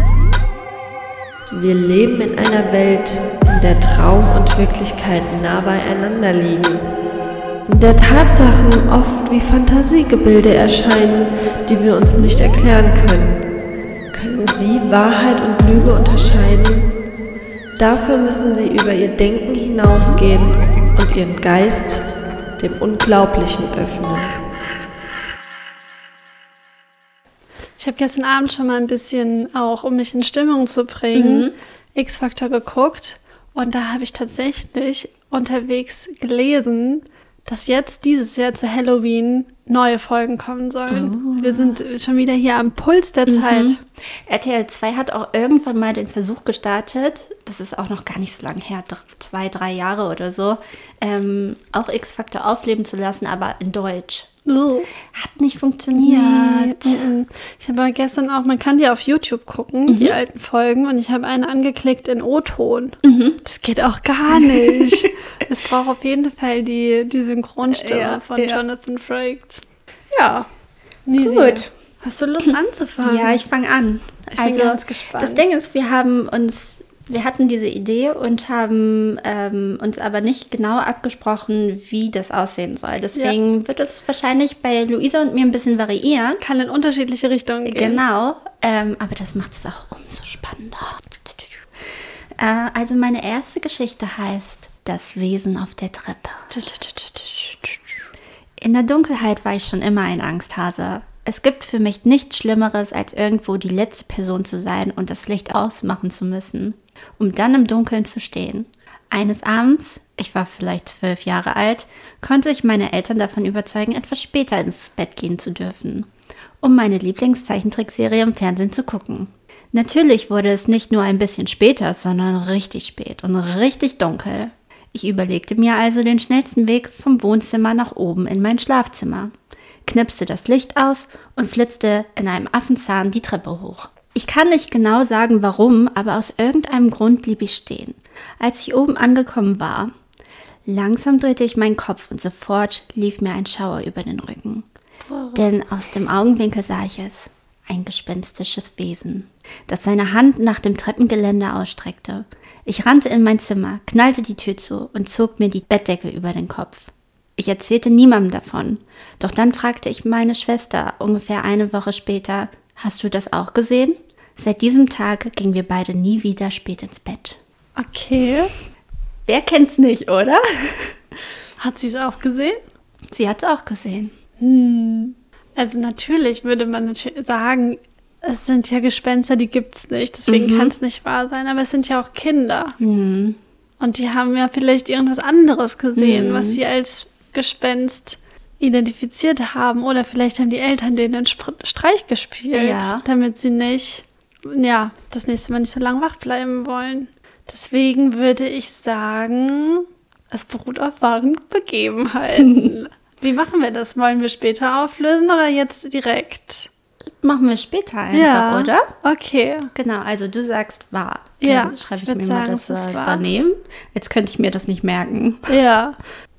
D: Wir leben in einer Welt, in der Traum und Wirklichkeit nah beieinander liegen. In der Tatsachen oft wie Fantasiegebilde erscheinen, die wir uns nicht erklären können. Können Sie Wahrheit und Lüge unterscheiden? Dafür müssen sie über ihr Denken hinausgehen und ihren Geist dem Unglaublichen öffnen.
B: Ich habe gestern Abend schon mal ein bisschen auch, um mich in Stimmung zu bringen, X-Factor geguckt. Und da habe ich tatsächlich unterwegs gelesen, dass jetzt dieses Jahr zu Halloween neue Folgen kommen sollen. Wir sind schon wieder hier am Puls der Zeit.
A: Mhm. RTL 2 hat auch irgendwann mal den Versuch gestartet, das ist auch noch gar nicht so lange her, dr- zwei, drei Jahre oder so, ähm, auch X-Factor aufleben zu lassen, aber in Deutsch.
B: So.
A: Hat nicht funktioniert.
B: Mhm. Ich habe aber gestern auch, man kann die auf YouTube gucken,
A: Mhm.
B: die alten Folgen, und ich habe eine angeklickt in O-Ton.
A: Mhm.
B: Das geht auch gar nicht. es braucht auf jeden Fall die, die Synchronstimme
A: Ja,
B: von
A: ja.
B: Jonathan Frakes. Ja, Nisi,
A: Gut. Hm.
B: Hast du Lust anzufangen?
A: Ja, ich fange an. Also,
B: Ich bin ganz gespannt.
A: Das Ding ist, wir haben uns, wir hatten diese Idee und haben ähm, uns aber nicht genau abgesprochen, wie das aussehen soll. Deswegen wird es wahrscheinlich bei Luisa und mir ein bisschen variieren.
B: kann in unterschiedliche Richtungen gehen.
A: Genau, ähm, aber das macht es auch umso spannender. Äh, also meine Genau. erste Geschichte heißt Das Wesen auf der Treppe. In der Dunkelheit war ich schon immer ein Angsthase. Es gibt für mich nichts Schlimmeres, als irgendwo die letzte Person zu sein und das Licht ausmachen zu müssen, um dann im Dunkeln zu stehen. Eines Abends, ich war vielleicht zwölf Jahre alt, konnte ich meine Eltern davon überzeugen, etwas später ins Bett gehen zu dürfen, um meine Lieblingszeichentrickserie im Fernsehen zu gucken. Natürlich wurde es nicht nur ein bisschen später, sondern richtig spät und richtig dunkel. Ich überlegte mir also den schnellsten Weg vom Wohnzimmer nach oben in mein Schlafzimmer, knipste das Licht aus und flitzte in einem Affenzahn die Treppe hoch. Ich kann nicht genau sagen warum, aber aus irgendeinem Grund blieb ich stehen. Als ich oben angekommen war, langsam drehte ich meinen Kopf und sofort lief mir ein Schauer über den Rücken. Denn aus dem Augenwinkel sah ich es. Ein gespenstisches Wesen, das seine Hand nach dem Treppengeländer ausstreckte. Ich rannte in mein Zimmer, knallte die Tür zu und zog mir die Bettdecke über den Kopf. Ich erzählte niemandem davon. Doch dann fragte ich meine Schwester ungefähr eine Woche später, hast du das auch gesehen? Seit diesem Tag gingen wir beide nie wieder spät ins Bett.
B: Okay.
A: Wer kennt's nicht, oder?
B: Hat sie es auch gesehen?
A: Sie hat's auch gesehen.
B: Also natürlich würde man natürlich sagen, es sind ja Gespenster, die gibt's nicht, deswegen kann es nicht wahr sein, aber es sind ja auch Kinder. Und die haben ja vielleicht irgendwas anderes gesehen, was sie als Gespenst identifiziert haben oder vielleicht haben die Eltern denen einen Spr Streich gespielt,
A: Ja.
B: damit sie nicht ja, das nächste Mal nicht so lange wach bleiben wollen. Deswegen würde ich sagen, es beruht auf wahren Begebenheiten. Wie machen wir das? Wollen wir später auflösen oder jetzt direkt?
A: Machen wir später einfach, oder?
B: Okay.
A: Genau, also du sagst wahr.
B: Ja,
A: Dann schreibe
B: ich
A: ich,
B: würd
A: mir
B: sagen,
A: mal das
B: es ist
A: äh,
B: wahr.
A: daneben. Jetzt könnte ich mir das nicht merken.
B: Ja.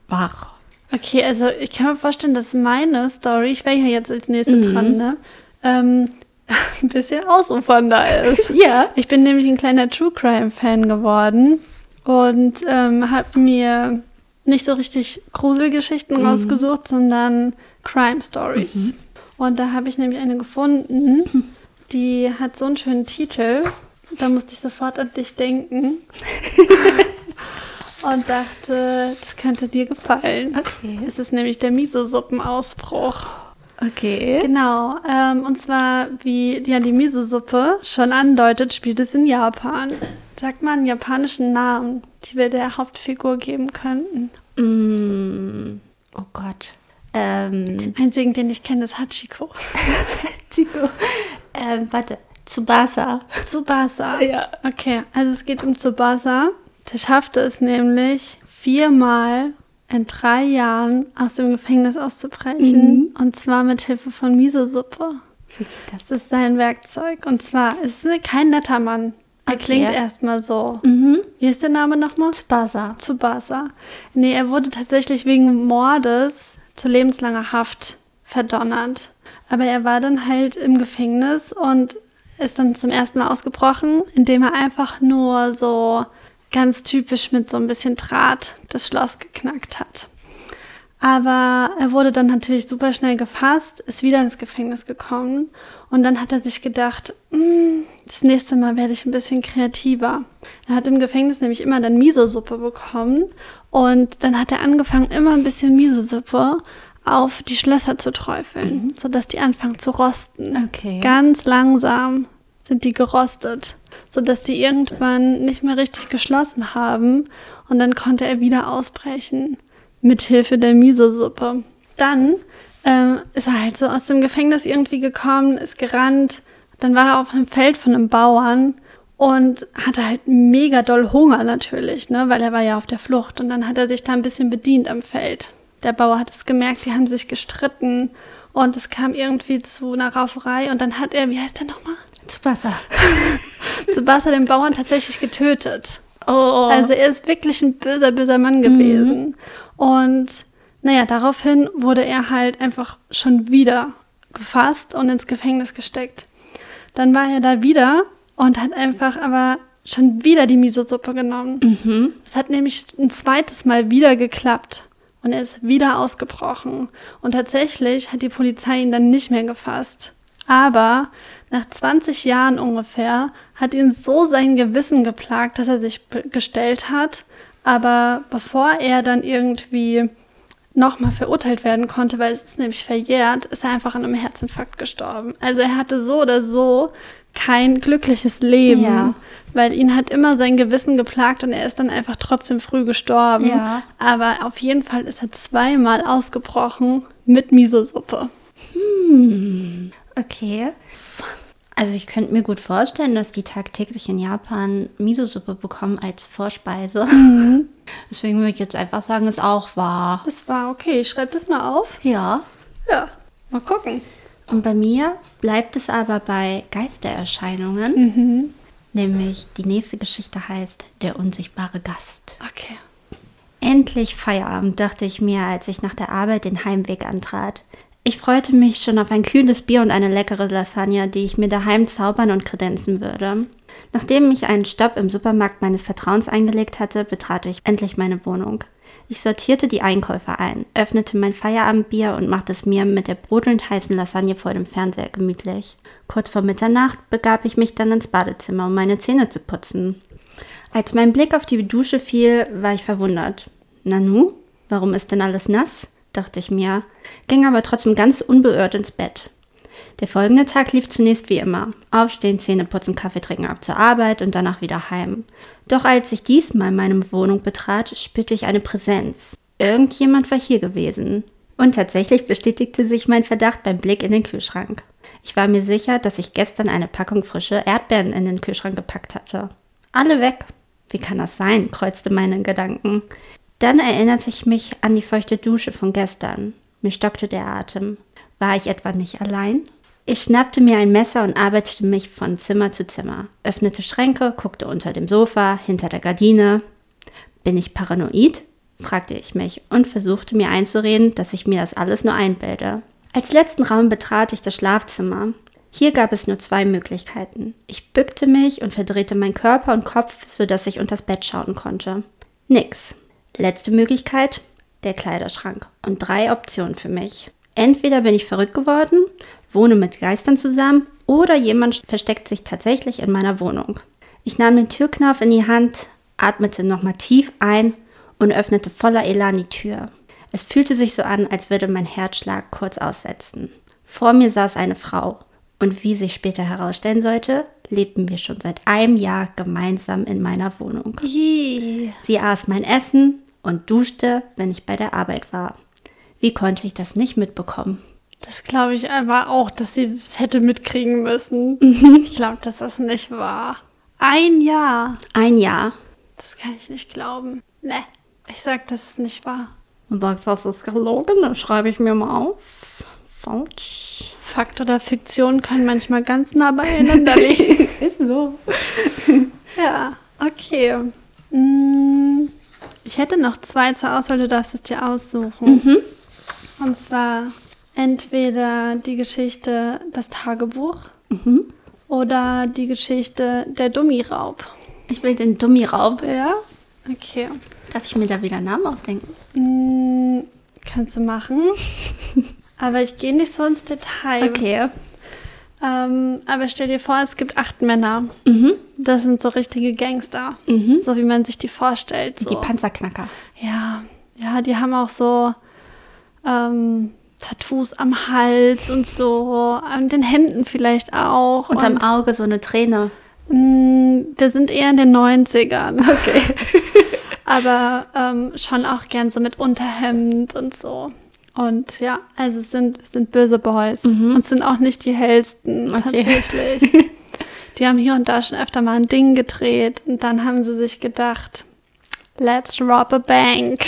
A: Wach.
B: Okay, also ich kann mir vorstellen, dass meine Story, ich wäre ja jetzt als nächste
A: Mhm.
B: dran, ne? Ähm, ein bisschen ausufernder ist.
A: Ja.
B: Ich bin nämlich ein kleiner True Crime Fan geworden und ähm, habe mir nicht so richtig Gruselgeschichten
A: Mhm.
B: rausgesucht, sondern Crime Stories. Und da habe ich nämlich eine gefunden, die hat so einen schönen Titel. Da musste ich sofort an dich denken und dachte, das könnte dir gefallen.
A: Okay.
B: Es ist nämlich der Miso-Suppenausbruch.
A: Okay.
B: Genau, ähm, und zwar, wie ja, die Miso-Suppe schon andeutet, spielt es in Japan. Sag mal einen japanischen Namen, die wir der Hauptfigur geben könnten.
A: Mm, oh Gott. Ähm,
B: Einzigen, den ich kenne, ist Hachiko.
A: Chico. Ähm, warte. Tsubasa.
B: Tsubasa.
A: Ja.
B: Okay, also es geht um Tsubasa. Der schaffte es nämlich viermal in drei Jahren aus dem Gefängnis auszubrechen. Und zwar mit Hilfe von Miso-Suppe.
A: Wie geht das?
B: Das ist sein Werkzeug. Und zwar ist es kein netter Mann. Er
A: Okay. Mhm.
B: klingt erstmal so. Wie ist der Name nochmal?
A: Tsubasa.
B: Tsubasa. Nee, er wurde tatsächlich wegen Mordes zu lebenslanger Haft verdonnert. Aber er war dann halt im Gefängnis und ist dann zum ersten Mal ausgebrochen, indem er einfach nur so ganz typisch mit so ein bisschen Draht das Schloss geknackt hat. Aber er wurde dann natürlich super schnell gefasst, ist wieder ins Gefängnis gekommen und dann hat er sich gedacht, "Mm, das nächste Mal werde ich ein bisschen kreativer. Er hat im Gefängnis nämlich immer dann Miso-Suppe bekommen und dann hat er angefangen, immer ein bisschen Miso-Suppe auf die Schlösser zu träufeln, sodass die anfangen zu rosten.
A: Okay.
B: Ganz langsam sind die gerostet, sodass die irgendwann nicht mehr richtig geschlossen haben und dann konnte er wieder ausbrechen mithilfe der Miso-Suppe. Dann ähm, ist er halt so aus dem Gefängnis irgendwie gekommen, ist gerannt, dann war er auf einem Feld von einem Bauern und hatte halt mega doll Hunger natürlich, ne, weil er war ja auf der Flucht und dann hat er sich da ein bisschen bedient am Feld. Der Bauer hat es gemerkt, die haben sich gestritten und es kam irgendwie zu einer Rauferei und dann hat er, wie heißt der nochmal?
A: Tsubasa.
B: Sebastian den Bauern tatsächlich getötet.
A: Oh.
B: Also er ist wirklich ein böser, böser Mann gewesen. Und naja, daraufhin wurde er halt einfach schon wieder gefasst und ins Gefängnis gesteckt. Dann war er da wieder und hat einfach aber schon wieder die Miso-Suppe genommen. Es hat nämlich ein zweites Mal wieder geklappt und er ist wieder ausgebrochen. Und tatsächlich hat die Polizei ihn dann nicht mehr gefasst. Aber nach 20 Jahren ungefähr hat ihn so sein Gewissen geplagt, dass er sich be- gestellt hat. Aber bevor er dann irgendwie nochmal verurteilt werden konnte, weil es ist nämlich verjährt, ist er einfach an einem Herzinfarkt gestorben. Also er hatte so oder so kein glückliches Leben,
A: Ja.
B: weil ihn hat immer sein Gewissen geplagt und er ist dann einfach trotzdem früh gestorben.
A: Ja.
B: Aber auf jeden Fall ist er zweimal ausgebrochen mit Miso-Suppe.
A: Okay. Also ich könnte mir gut vorstellen, dass die tagtäglich in Japan Miso-Suppe bekommen als Vorspeise.
B: Mhm.
A: Deswegen würde ich jetzt einfach sagen, ist auch wahr.
B: Das war okay, ich schreibe das mal auf.
A: Ja.
B: Ja, mal gucken.
A: Und bei mir bleibt es aber bei Geistererscheinungen. Nämlich die nächste Geschichte heißt Der unsichtbare Gast.
B: Okay.
A: Endlich Feierabend, dachte ich mir, als ich nach der Arbeit den Heimweg antrat. Ich freute mich schon auf ein kühles Bier und eine leckere Lasagne, die ich mir daheim zaubern und kredenzen würde. Nachdem ich einen Stopp im Supermarkt meines Vertrauens eingelegt hatte, betrat ich endlich meine Wohnung. Ich sortierte die Einkäufe ein, öffnete mein Feierabendbier und machte es mir mit der brodelnd heißen Lasagne vor dem Fernseher gemütlich. Kurz vor Mitternacht begab ich mich dann ins Badezimmer, um meine Zähne zu putzen. Als mein Blick auf die Dusche fiel, war ich verwundert. Nanu, warum ist denn alles nass? dachte ich mir, ging aber trotzdem ganz unbeirrt ins Bett. Der folgende Tag lief zunächst wie immer. Aufstehen, Zähne putzen, Kaffee trinken, ab zur Arbeit und danach wieder heim. Doch als ich diesmal meine Wohnung betrat, spürte ich eine Präsenz. Irgendjemand war hier gewesen. Und tatsächlich bestätigte sich mein Verdacht beim Blick in den Kühlschrank. Ich war mir sicher, dass ich gestern eine Packung frische Erdbeeren in den Kühlschrank gepackt hatte. Alle weg. Wie kann das sein? kreuzte meine Gedanken. Dann erinnerte ich mich an die feuchte Dusche von gestern. Mir stockte der Atem. War ich etwa nicht allein? Ich schnappte mir ein Messer und arbeitete mich von Zimmer zu Zimmer, öffnete Schränke, guckte unter dem Sofa, hinter der Gardine. Bin ich paranoid? fragte ich mich und versuchte mir einzureden, dass ich mir das alles nur einbilde. Als letzten Raum betrat ich das Schlafzimmer. Hier gab es nur zwei Möglichkeiten. Ich bückte mich und verdrehte meinen Körper und Kopf, sodass ich unters Bett schauen konnte. Nix. Letzte Möglichkeit, der Kleiderschrank. Und drei Optionen für mich. Entweder bin ich verrückt geworden, wohne mit Geistern zusammen oder jemand versteckt sich tatsächlich in meiner Wohnung. Ich nahm den Türknauf in die Hand, atmete nochmal tief ein und öffnete voller Elan die Tür. Es fühlte sich so an, als würde mein Herzschlag kurz aussetzen. Vor mir saß eine Frau und wie sich später herausstellen sollte, lebten wir schon seit einem Jahr gemeinsam in meiner Wohnung. Sie aß mein Essen und duschte, wenn ich bei der Arbeit war. Wie konnte ich das nicht mitbekommen?
B: Das glaube ich aber auch, dass sie das hätte mitkriegen müssen.
A: Mhm.
B: Ich glaube, dass das nicht war. Ein Jahr.
A: Ein Jahr.
B: Das kann ich nicht glauben. Ne, ich sag, dass es nicht war.
A: Und sagst, das ist gelogen, dann schreibe ich mir mal auf. Falsch.
B: Fakt oder Fiktion können manchmal ganz nah beieinander liegen.
A: Ist so.
B: ja, okay. Mm, Ich hätte noch zwei zur Auswahl, du darfst es dir aussuchen. Und zwar entweder die Geschichte Das Tagebuch oder die Geschichte Der Dummiraub.
A: Ich will den Dummi-Raub.
B: Ja, okay.
A: Darf ich mir da wieder Namen ausdenken?
B: Mm, Kannst du machen. Aber ich gehe nicht so ins Detail. Ähm, aber stell dir vor, es gibt acht Männer.
A: Mhm.
B: Das sind so richtige Gangster. So wie man sich die vorstellt. So.
A: Die Panzerknacker.
B: ja. ja, die haben auch so ähm, Tattoos am Hals und so. An den Händen vielleicht auch.
A: Und am Auge so eine Träne.
B: Mm, Wir sind eher in den 90ern. Okay. Aber ähm, schon auch gern so mit Unterhemd und so. Und ja, also es sind, es sind böse Boys. Und es sind auch nicht die hellsten
A: Okay.
B: tatsächlich. Die haben hier und da schon öfter mal ein Ding gedreht und dann haben sie sich gedacht, let's rob a bank.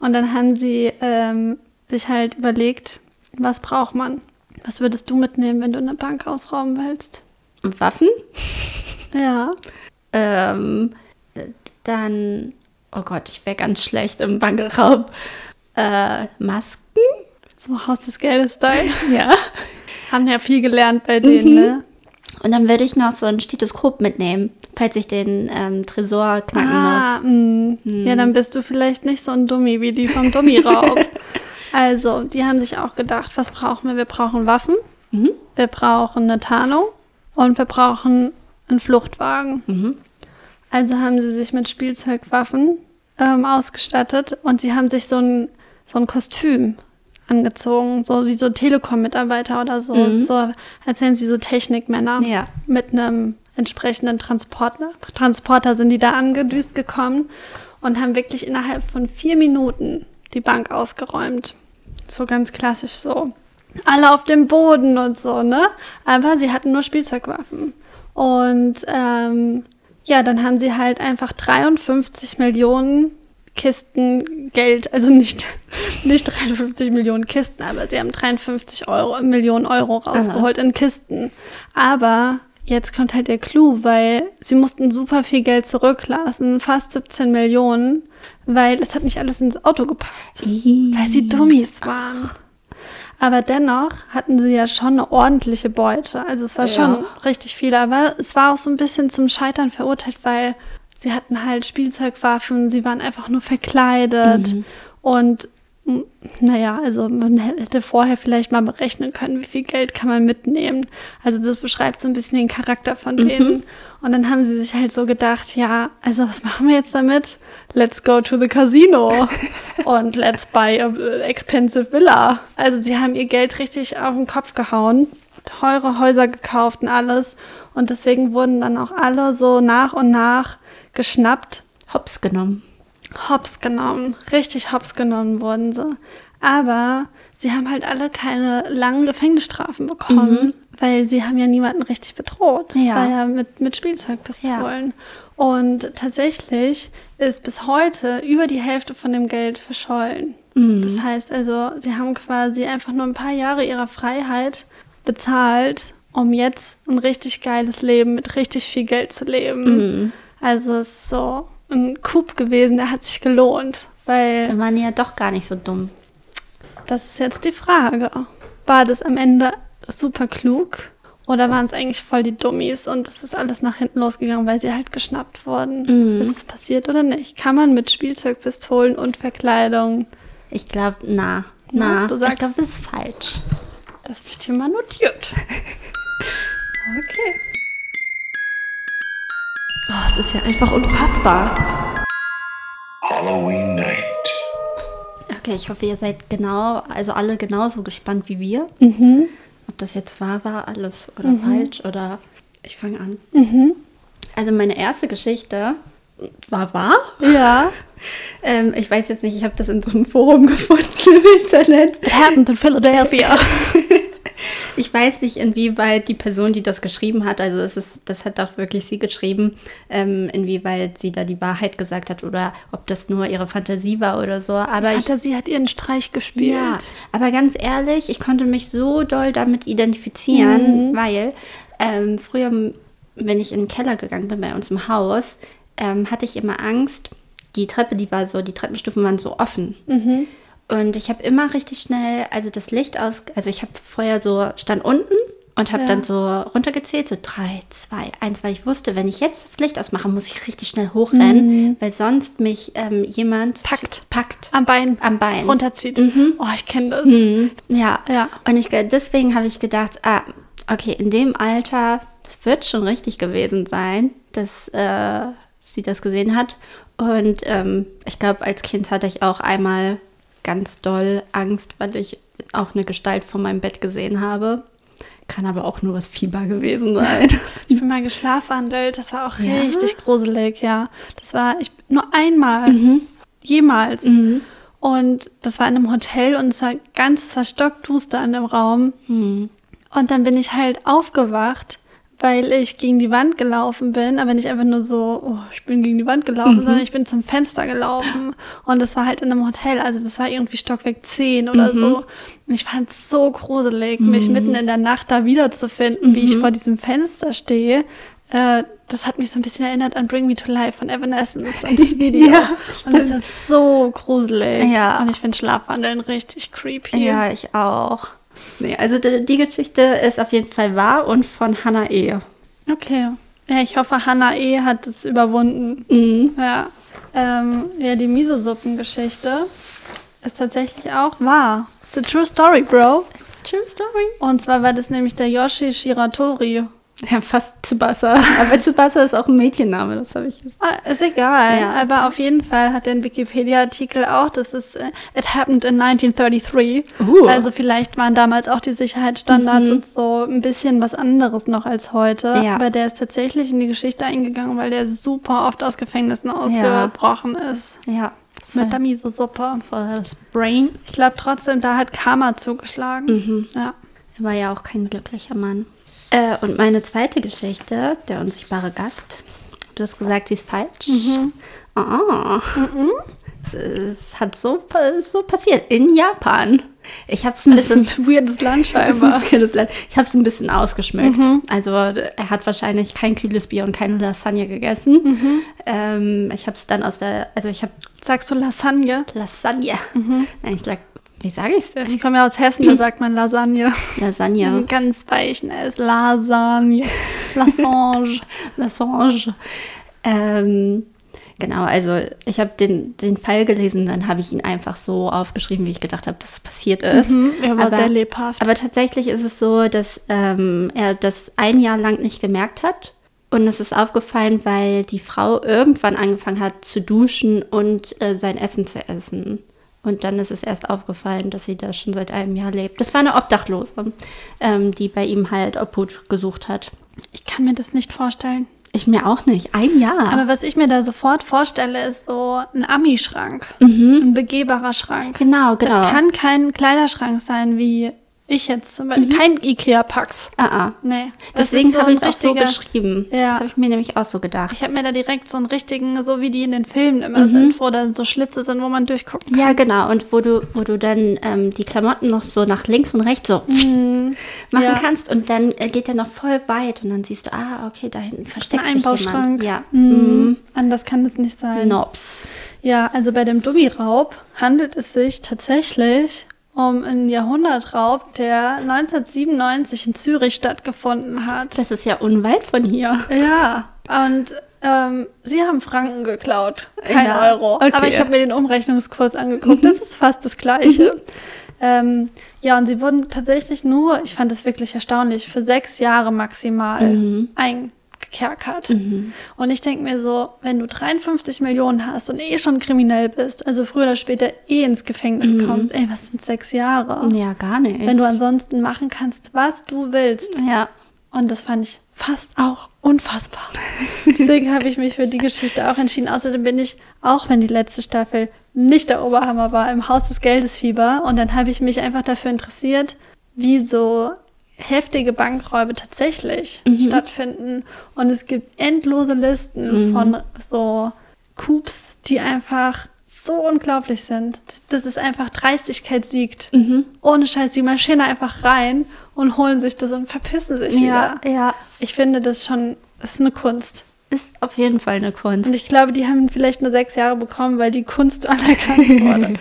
B: Und dann haben sie ähm, sich halt überlegt, was braucht man? Was würdest du mitnehmen, wenn du eine Bank ausrauben willst?
A: Und Waffen?
B: Ja.
A: Ähm, äh, dann. Oh Gott, ich wäre ganz schlecht im Bankraub. Äh, Masken?
B: So Haus des Geldes-Style.
A: Ja.
B: Haben ja viel gelernt bei denen, ne?
A: Und dann würde ich noch so ein Stethoskop mitnehmen, falls ich den ähm, Tresor knacken
B: Ah, mh. Ja, dann bist du vielleicht nicht so ein Dummi wie die vom Dummi-Raub. also, die haben sich auch gedacht, was brauchen wir? Wir brauchen Waffen,
A: Mhm.
B: wir brauchen eine Tarnung und wir brauchen einen Fluchtwagen.
A: Mhm.
B: Also haben sie sich mit Spielzeugwaffen ähm, ausgestattet und sie haben sich so ein so ein Kostüm angezogen, so wie so Telekom-Mitarbeiter oder so.
A: Mhm.
B: So erzählen sie so Technikmänner
A: Ja.
B: mit einem entsprechenden Transporter. Transporter sind die da angedüst gekommen und haben wirklich innerhalb von vier Minuten die Bank ausgeräumt. So ganz klassisch so. Alle auf dem Boden und so, ne? Aber sie hatten nur Spielzeugwaffen. Und ähm, ja, dann haben sie halt einfach 53 Millionen Kisten Geld, also nicht, nicht 53 Millionen Kisten, aber sie haben 53 Euro, Millionen Euro rausgeholt in Kisten. Aber jetzt kommt halt der Clou, weil sie mussten super viel Geld zurücklassen, fast 17 Millionen, weil es hat nicht alles ins Auto gepasst, weil sie Dummies waren. Aber dennoch hatten sie ja schon eine ordentliche Beute. Also es war
A: Ja.
B: schon richtig viel, aber es war auch so ein bisschen zum Scheitern verurteilt, weil sie hatten halt Spielzeugwaffen, sie waren einfach nur verkleidet und m, naja, also man hätte vorher vielleicht mal berechnen können, wie viel Geld kann man mitnehmen. Also das beschreibt so ein bisschen den Charakter von denen. Und dann haben sie sich halt so gedacht, ja, also was machen wir jetzt damit? Let's go to the casino und let's buy a expensive villa. Also sie haben ihr Geld richtig auf den Kopf gehauen teure Häuser gekauft und alles. Und deswegen wurden dann auch alle so nach und nach geschnappt,
A: Hops genommen.
B: hops genommen, richtig hops genommen wurden sie. Aber sie haben halt alle keine langen Gefängnisstrafen bekommen, weil sie haben ja niemanden richtig bedroht. Das
A: Ja.
B: war ja mit, mit Spielzeugpistolen. Und tatsächlich ist bis heute über die Hälfte von dem Geld verschollen. Das heißt also, sie haben quasi einfach nur ein paar Jahre ihrer Freiheit bezahlt, um jetzt ein richtig geiles Leben mit richtig viel Geld zu leben. Also es ist so ein Coup gewesen, der hat sich gelohnt, weil
A: Wir waren ja doch gar nicht so dumm.
B: das ist jetzt die Frage. War das am Ende super klug oder waren es eigentlich voll die Dummies und es ist alles nach hinten losgegangen, weil sie halt geschnappt wurden? Ist es passiert oder nicht? Kann man mit Spielzeugpistolen und Verkleidung,
A: Ich glaube, na,
B: Na,
A: na.
B: du sagst-
A: ich glaube, das ist falsch.
B: das wird hier mal notiert. okay.
D: Oh, es ist ja einfach unfassbar.
E: Halloween night.
A: Okay, ich hoffe, ihr seid genau, also alle genauso gespannt wie wir. Ob das jetzt wahr war, alles oder falsch oder. Ich fange an. Also, meine erste Geschichte war wahr.
B: Ja.
A: Ähm, ich weiß jetzt nicht, ich habe das in so einem Forum gefunden im Internet.
B: It happened in Philadelphia.
A: Ich weiß nicht, inwieweit die Person, die das geschrieben hat, also es ist, das hat auch wirklich sie geschrieben, ähm, inwieweit sie da die Wahrheit gesagt hat oder ob das nur ihre Fantasie war oder so. Aber ich,
B: Fantasie hat ihren Streich gespielt.
A: ja, aber ganz ehrlich, ich konnte mich so doll damit
B: Mhm.
A: identifizieren, weil ähm, früher, m- wenn ich in den Keller gegangen bin bei uns im Haus, ähm, hatte ich immer Angst. Die Treppe, die war so, die Treppenstufen waren so offen.
B: Mhm.
A: Und ich habe immer richtig schnell, also das Licht aus, also ich habe vorher so, stand unten und habe
B: Ja.
A: dann so runtergezählt, so drei, zwei, eins, weil ich wusste, wenn ich jetzt das Licht ausmache, muss ich richtig schnell hochrennen, weil sonst mich ähm, jemand
B: Mhm. Packt.
A: packt.
B: Am Bein.
A: Am Bein.
B: Runterzieht. Oh, ich kenne das.
A: Ja.
B: Ja.
A: Und ich, ge- deswegen habe ich gedacht, ah, okay, in dem Alter, das wird schon richtig gewesen sein, dass äh, sie das gesehen hat. Und ähm, ich glaube, als Kind hatte ich auch einmal ganz doll Angst, weil ich auch eine Gestalt vor meinem Bett gesehen habe. Kann aber auch nur das Fieber gewesen sein.
B: Ich bin mal geschlafwandelt, das war auch richtig gruselig, ja. Das war ich nur einmal, jemals. Und das war in einem Hotel und es war ganz es war stockduster in dem Raum. Und dann bin ich halt aufgewacht, weil ich gegen die Wand gelaufen bin, aber nicht einfach nur so, oh, ich bin gegen die Wand gelaufen, sondern ich bin zum Fenster gelaufen. Und das war halt in einem Hotel, also das war irgendwie Stockwerk 10 oder so. Und ich fand es so gruselig, mich mitten in der Nacht da wiederzufinden, wie ich vor diesem Fenster stehe. Äh, das hat mich so ein bisschen erinnert an Bring Me to Life von Evanescence, an das Video.
A: Ja,
B: und das ist so gruselig.
A: Ja.
B: Und ich finde Schlafwandeln richtig creepy.
A: ja, ich auch. Nee, also die, die Geschichte ist auf jeden Fall wahr und von Hannah E.
B: Okay. Ja, ich hoffe, Hannah E. hat es überwunden.
A: Mhm.
B: Ja. Ähm, ja, die Miso-Suppen-Geschichte ist tatsächlich auch wahr. It's a true story, bro.
A: True story.
B: Und zwar war das nämlich der Yoshi Shiratori.
A: Ja, fast Tsubasa. Aber Tsubasa ist auch ein Mädchenname, das habe ich jetzt.
B: Ah, ist egal,
A: Ja.
B: aber auf jeden Fall hat der Wikipedia-Artikel auch, das ist äh, It happened in 1933.
A: Uh. Mhm.
B: Also vielleicht waren damals auch die Sicherheitsstandards und so ein bisschen was anderes noch als heute.
A: Ja.
B: Aber der ist tatsächlich in die Geschichte eingegangen, weil der super oft aus Gefängnissen ausgebrochen ist.
A: Ja.
B: Mit der Miso-Suppe.
A: das Brain. Mhm.
B: Ich glaube trotzdem, da hat Karma zugeschlagen. Ja.
A: Er war ja auch kein glücklicher Mann. Äh, und meine zweite Geschichte, der unsichtbare Gast. Du hast gesagt, sie ist falsch. Ah. Es, es hat so, pa- ist so passiert in Japan. Ich habe es ein
B: Das
A: bisschen
B: ist ein weirdes Land scheinbar.
A: das Land. Ich habe es ein bisschen ausgeschmückt. Also er hat wahrscheinlich kein kühles Bier und keine Lasagne gegessen. Ähm, ich habe es dann aus der, also ich habe
B: Sagst du Lasagne?
A: Lasagne. Nein, ich sag, wie sage ich es denn?
B: Ich komme ja aus Hessen, da sagt man Lasagne.
A: Lasagne.
B: Einen ganz weichen ist Lasagne. Lasange.
A: Lassange. Ähm, genau, also ich habe den, den Fall gelesen, dann habe ich ihn einfach so aufgeschrieben, wie ich gedacht habe, dass es passiert ist.
B: Mhm, er war sehr lebhaft.
A: Aber tatsächlich ist es so, dass ähm, er das ein Jahr lang nicht gemerkt hat. Und es ist aufgefallen, weil die Frau irgendwann angefangen hat zu duschen und äh, sein Essen zu essen. Und dann ist es erst aufgefallen, dass sie da schon seit einem Jahr lebt. Das war eine Obdachlose, ähm, die bei ihm halt Obhut gesucht hat.
B: ich kann mir das nicht vorstellen.
A: Ich mir auch nicht. Ein Jahr.
B: Aber was ich mir da sofort vorstelle, ist so ein Ami-Schrank. Ein begehbarer Schrank.
A: Mhm. Genau, genau.
B: Das kann kein Kleiderschrank sein, wie ich jetzt zum Beispiel. Kein Ikea-Pax.
A: Mhm. Ah, ah.
B: Nee. das
A: Deswegen
B: ist so
A: habe
B: ein
A: ich auch so
B: richtiger-
A: geschrieben.
B: Ja.
A: Das habe ich mir nämlich auch so gedacht.
B: Ich habe mir da direkt so einen richtigen, so wie die in den Filmen immer
A: Mhm.
B: sind, wo da so Schlitze sind, wo man durchgucken
A: ja, genau. Und wo du, wo du dann ähm, die Klamotten noch so nach links und rechts so machen
B: Mhm. Ja.
A: kannst und dann äh, geht er noch voll weit und dann siehst du, ah, okay, da hinten
B: kann.
A: versteckt
B: Ein
A: sich jemand.
B: Einbauschrank.
A: Ja.
B: Mhm. Anders kann es nicht sein.
A: Nobs.
B: Ja, also bei dem Dummi-Raub handelt es sich tatsächlich um einen Jahrhundertraub, der 1997 in Zürich stattgefunden hat.
A: Das ist ja unweit von hier.
B: Ja, und ähm, sie haben Franken geklaut, kein
A: Ja,
B: Euro.
A: okay. Mhm.
B: Aber ich habe mir den Umrechnungskurs angeguckt, das ist fast das Gleiche. ähm, ja, und sie wurden tatsächlich nur, ich fand das wirklich erstaunlich, für sechs Jahre maximal
A: Mhm.
B: eingekerkert. Und ich denke mir so, wenn du 53 Millionen hast und eh schon kriminell bist, also früher oder später eh ins Gefängnis
A: Mhm.
B: kommst, ey, was sind sechs Jahre?
A: Ja, gar nicht.
B: Wenn du ansonsten machen kannst, was du willst.
A: ja.
B: Und das fand ich fast auch unfassbar. Deswegen habe ich mich für die Geschichte auch entschieden. Außerdem bin ich, auch wenn die letzte Staffel nicht der Oberhammer war, im Haus des Geldes Fieber. Und dann habe ich mich einfach dafür interessiert, wie so heftige Bankräube tatsächlich stattfinden. Und es gibt endlose Listen von so Coups, die einfach so unglaublich sind. Das ist einfach Dreistigkeit siegt. Ohne Scheiß, die Maschine einfach rein und holen sich das und verpissen sich
A: Ja,
B: wieder.
A: ja.
B: Ich finde das schon, das ist eine Kunst.
A: Ist auf jeden Fall eine Kunst.
B: Und ich glaube, die haben vielleicht nur sechs Jahre bekommen, weil die Kunst anerkannt wurde.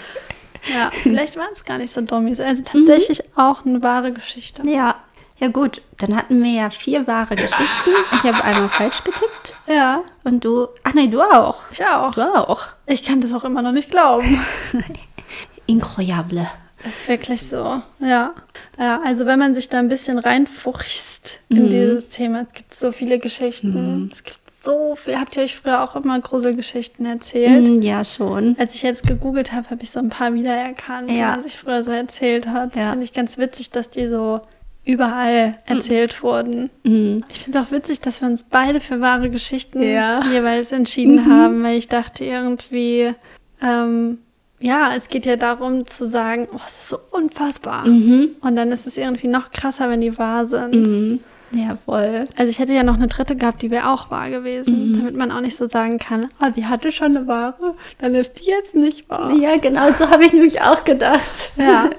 B: ja, vielleicht waren es gar nicht so Dummies. Also tatsächlich auch eine wahre Geschichte.
A: Ja. Ja, gut. Dann hatten wir ja vier wahre Geschichten. Ich habe einmal falsch getippt.
B: Ja,
A: Und du. Ach nein, du auch.
B: ich auch.
A: Du auch.
B: Ich kann das auch immer noch nicht glauben.
A: Incroyable.
B: Das ist wirklich so, ja. ja. Also wenn man sich da ein bisschen reinfuchst in dieses Thema, es gibt so viele Geschichten. Es gibt so viel. Habt ihr euch früher auch immer Gruselgeschichten erzählt?
A: Mm, ja, schon.
B: Als ich jetzt gegoogelt habe, habe ich so ein paar wiedererkannt,
A: Ja.
B: was ich früher so erzählt habe. Das
A: Ja. Mhm.
B: finde ich ganz witzig, dass die so überall erzählt wurden. Ich finde es auch witzig, dass wir uns beide für wahre Geschichten
A: Ja. Mhm.
B: jeweils entschieden haben, weil ich dachte irgendwie, ähm, ja, es geht ja darum zu sagen, oh, es ist so unfassbar.
A: Mhm.
B: Und dann ist es irgendwie noch krasser, wenn die wahr sind.
A: Ja, voll.
B: Also ich hätte ja noch eine dritte gehabt, die wäre auch wahr gewesen,
A: Mhm.
B: damit man auch nicht so sagen kann, ah, die hatte schon eine wahre, dann ist die jetzt nicht wahr.
A: Ja, genau, so habe ich nämlich auch gedacht.
B: Ja.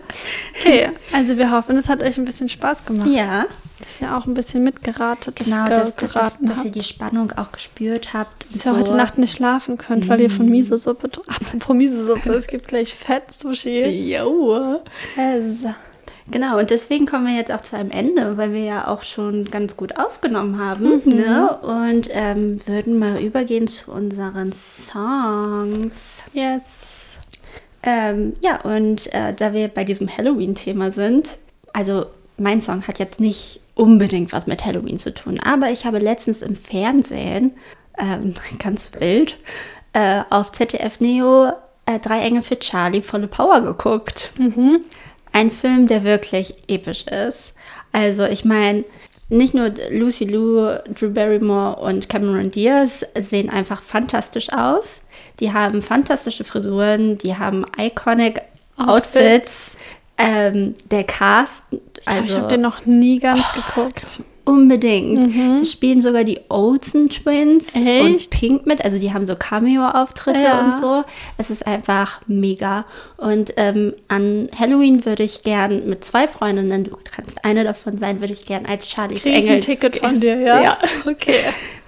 B: Okay, also wir hoffen, es hat euch ein bisschen Spaß gemacht,
A: Ja,
B: dass ihr auch ein bisschen mitgeratet
A: genau,
B: ge-
A: dass, dass,
B: geraten
A: dass ihr
B: habt.
A: die Spannung auch gespürt habt. und
B: Dass ihr heute Nacht nicht schlafen könnt, weil ihr
A: Mhm.
B: von Miso-Suppe... tr- Apropos Miso-Suppe, es gibt gleich Fett-Sushi.
A: Jo.
B: Also,
A: Genau, und deswegen kommen wir jetzt auch zu einem Ende, weil wir ja auch schon ganz gut aufgenommen haben. Ne? Und ähm, würden mal übergehen zu unseren Songs.
B: Yes.
A: Ähm, ja, und äh, da wir bei diesem Halloween-Thema sind, also mein Song hat jetzt nicht unbedingt was mit Halloween zu tun, aber ich habe letztens im Fernsehen, ähm, ganz wild, äh, auf ZDF Neo äh, Drei Engel für Charlie volle Power geguckt. Ein Film, der wirklich episch ist. Also ich meine, nicht nur Lucy Liu, Drew Barrymore und Cameron Diaz sehen einfach fantastisch aus. Die haben fantastische Frisuren, die haben iconic Outfits. Ähm, der Cast,
B: Also, ich
A: also Oh,
B: habe den noch nie ganz geguckt.
A: unbedingt. Die spielen sogar die Olsen Twins und
B: Mhm. Echt?
A: Pink mit. Also die haben so Cameo-Auftritte
B: Ja.
A: und so. Es ist einfach mega. Und ähm, an Halloween würde ich gern mit zwei Freundinnen, du kannst eine davon sein, würde ich gern als Charlie's
B: Krieg ich
A: Engel.
B: ein Ticket von dir, ja?
A: Ja.
B: Okay.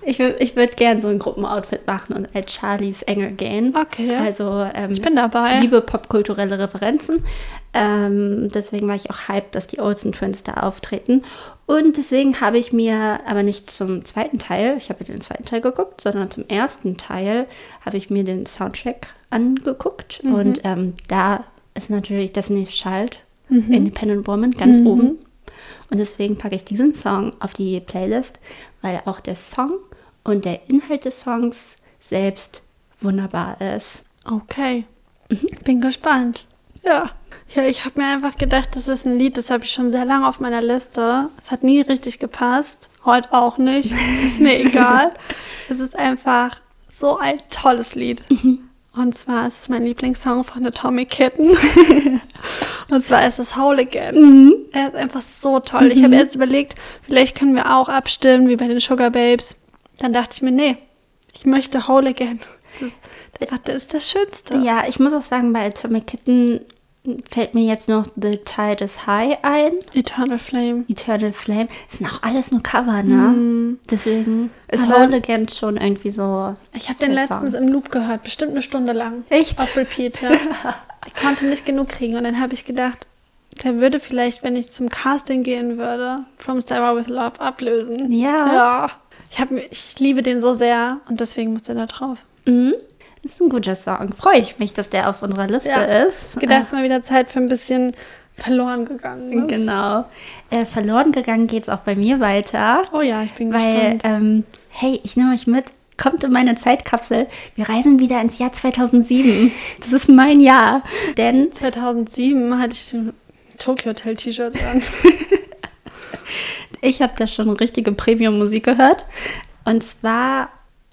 A: Ich, wür- ich würde gern so ein Gruppenoutfit machen und als Charlies Engel gehen.
B: Okay.
A: Also ähm, ich
B: bin dabei.
A: Liebe popkulturelle Referenzen. Ähm, deswegen war ich auch hyped, dass die Olsen Twins da auftreten. Und deswegen habe ich mir, aber nicht zum zweiten Teil, ich habe den zweiten Teil geguckt, sondern zum ersten Teil habe ich mir den Soundtrack angeguckt.
B: Mhm.
A: Und ähm, da ist natürlich Destiny's Child,
B: Mhm.
A: Independent Woman, ganz oben. Und deswegen packe ich diesen Song auf die Playlist, weil auch der Song und der Inhalt des Songs selbst wunderbar ist.
B: Okay. Bin gespannt. Ja. Ja, ich habe mir einfach gedacht, das ist ein Lied, das habe ich schon sehr lange auf meiner Liste. Es hat nie richtig gepasst. Heute auch nicht. Ist mir egal. Es ist einfach so ein tolles Lied. Und zwar ist es mein Lieblingssong von Atomic Kitten. Und zwar ist es Howl Again. Er ist einfach so toll. Ich habe jetzt überlegt, vielleicht können wir auch abstimmen, wie bei den Sugar Babes. Dann dachte ich mir, nee, ich möchte Howl Again. Das ist, einfach, das, ist das Schönste.
A: Ja, ich muss auch sagen, bei Atomic Kitten fällt mir jetzt noch The Tide is High ein.
B: Eternal Flame.
A: Eternal Flame. Das sind auch alles nur Cover, ne? Deswegen ist
B: Mhm. Aber-
A: Whole Again schon irgendwie so.
B: Ich habe den
A: Der
B: letztens
A: Song.
B: im Loop gehört, bestimmt eine Stunde lang.
A: Echt?
B: Auf Repeat, ja. Ich konnte nicht genug kriegen und dann habe ich gedacht, der würde vielleicht, wenn ich zum Casting gehen würde, From Sarah with Love ablösen.
A: Ja.
B: Ja. Ich, hab, mir- ich liebe den so sehr und deswegen muss der da drauf.
A: Mhm. Ist ein guter Song. Freue ich mich, dass der auf unserer Liste ist. äh,
B: Gedacht, ist mal wieder Zeit für ein bisschen verloren gegangen. ist.
A: Genau. Äh, verloren gegangen geht es auch bei mir weiter.
B: Oh ja, ich bin
A: Weil,
B: gespannt.
A: ähm, hey, ich nehme euch mit. Kommt in meine Zeitkapsel. Wir reisen wieder ins Jahr 2007. Das ist mein Jahr. Denn
B: 2007 hatte ich ein Tokyo Hotel T-Shirt an.
A: ich habe da schon richtige Premium-Musik gehört. Und zwar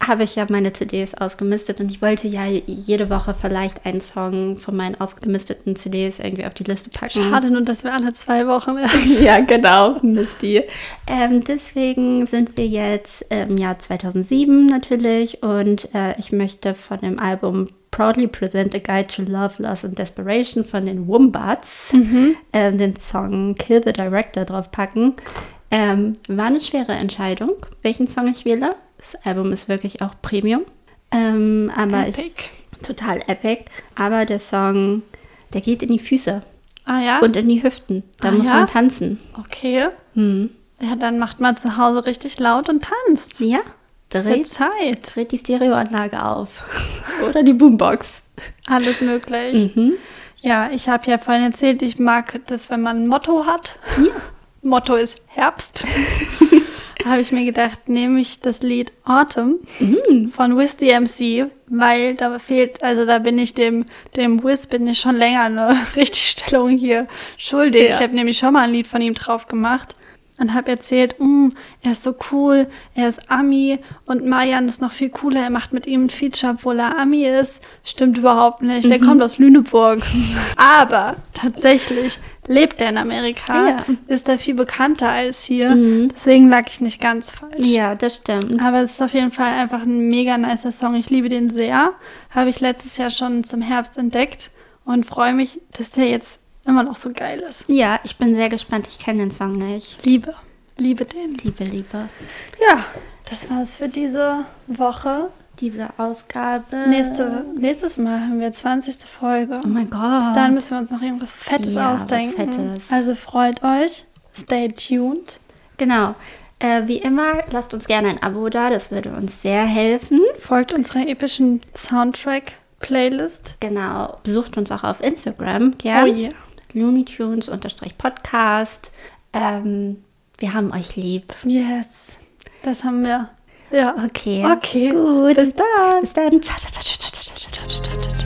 A: habe ich ja meine CDs ausgemistet und ich wollte ja jede Woche vielleicht einen Song von meinen ausgemisteten CDs irgendwie auf die Liste packen.
B: Schade nur, dass wir alle zwei Wochen erst.
A: ja, genau, Misty. Ähm, deswegen sind wir jetzt im Jahr 2007 natürlich und äh, ich möchte von dem Album Proudly Present a Guide to Love, Loss and Desperation von den Wombats
B: Mhm.
A: ähm, den Song Kill the Director draufpacken. Ähm, war eine schwere Entscheidung, welchen Song ich wähle. Das Album ist wirklich auch Premium. Ähm, aber
B: Epic.
A: Ich, total epic. Aber der Song, der geht in die Füße
B: Ah ja?
A: und in die Hüften. Da
B: Ah,
A: muss
B: ja?
A: man tanzen.
B: Okay. Ja, dann macht man zu Hause richtig laut und tanzt.
A: Ja,
B: Es wird
A: dreht,
B: Zeit.
A: dreht die Stereoanlage auf. Oder die Boombox.
B: Alles möglich. Ja, ich habe ja vorhin erzählt, ich mag das, wenn man ein Motto hat.
A: Ja.
B: Motto ist Herbst. habe ich mir gedacht, nehme ich das Lied Autumn von Wiz the MC, weil da fehlt, also da bin ich dem, dem Wiz bin ich schon länger eine Richtigstellung hier schuldig. Ich habe nämlich schon mal ein Lied von ihm drauf gemacht und habe erzählt, "Mm, er ist so cool, er ist Ami und Marian ist noch viel cooler, er macht mit ihm ein Feature, obwohl er Ami ist. Stimmt überhaupt nicht, der kommt aus Lüneburg. Aber tatsächlich lebt er in Amerika,
A: Ja.
B: ist da viel bekannter als hier, deswegen lag ich nicht ganz falsch.
A: Mhm. Ja, das stimmt.
B: Aber es ist auf jeden Fall einfach ein mega nicer Song. Ich liebe den sehr. Habe ich letztes Jahr schon zum Herbst entdeckt und freue mich, dass der jetzt immer noch so geil ist.
A: Ja, ich bin sehr gespannt. Ich kenne den Song nicht.
B: Liebe. Liebe den.
A: Liebe, liebe.
B: Ja, das war's für diese Woche.
A: Diese Ausgabe.
B: Nächste, nächstes Mal haben wir 20. Folge.
A: Äh. Oh mein Gott.
B: Bis dahin müssen wir uns noch irgendwas Fettes
A: Ja, was
B: ausdenken.
A: Fettes.
B: Also freut euch. Stay tuned.
A: Genau. Äh, wie immer, lasst uns gerne ein Abo da. Das würde uns sehr helfen.
B: Folgt unserer epischen Soundtrack-Playlist.
A: Genau. Besucht uns auch auf Instagram. Gern.
B: Oh yeah.
A: Looney Tunes unterstrich Podcast. Ähm, Wir haben euch lieb.
B: Yes. Das haben wir. Ja.
A: Okay.
B: Okay.
A: Gut.
B: Bis dann.
A: Bis dann. Ciao, ciao, ciao, ciao, ciao, ciao, ciao, ciao, ciao.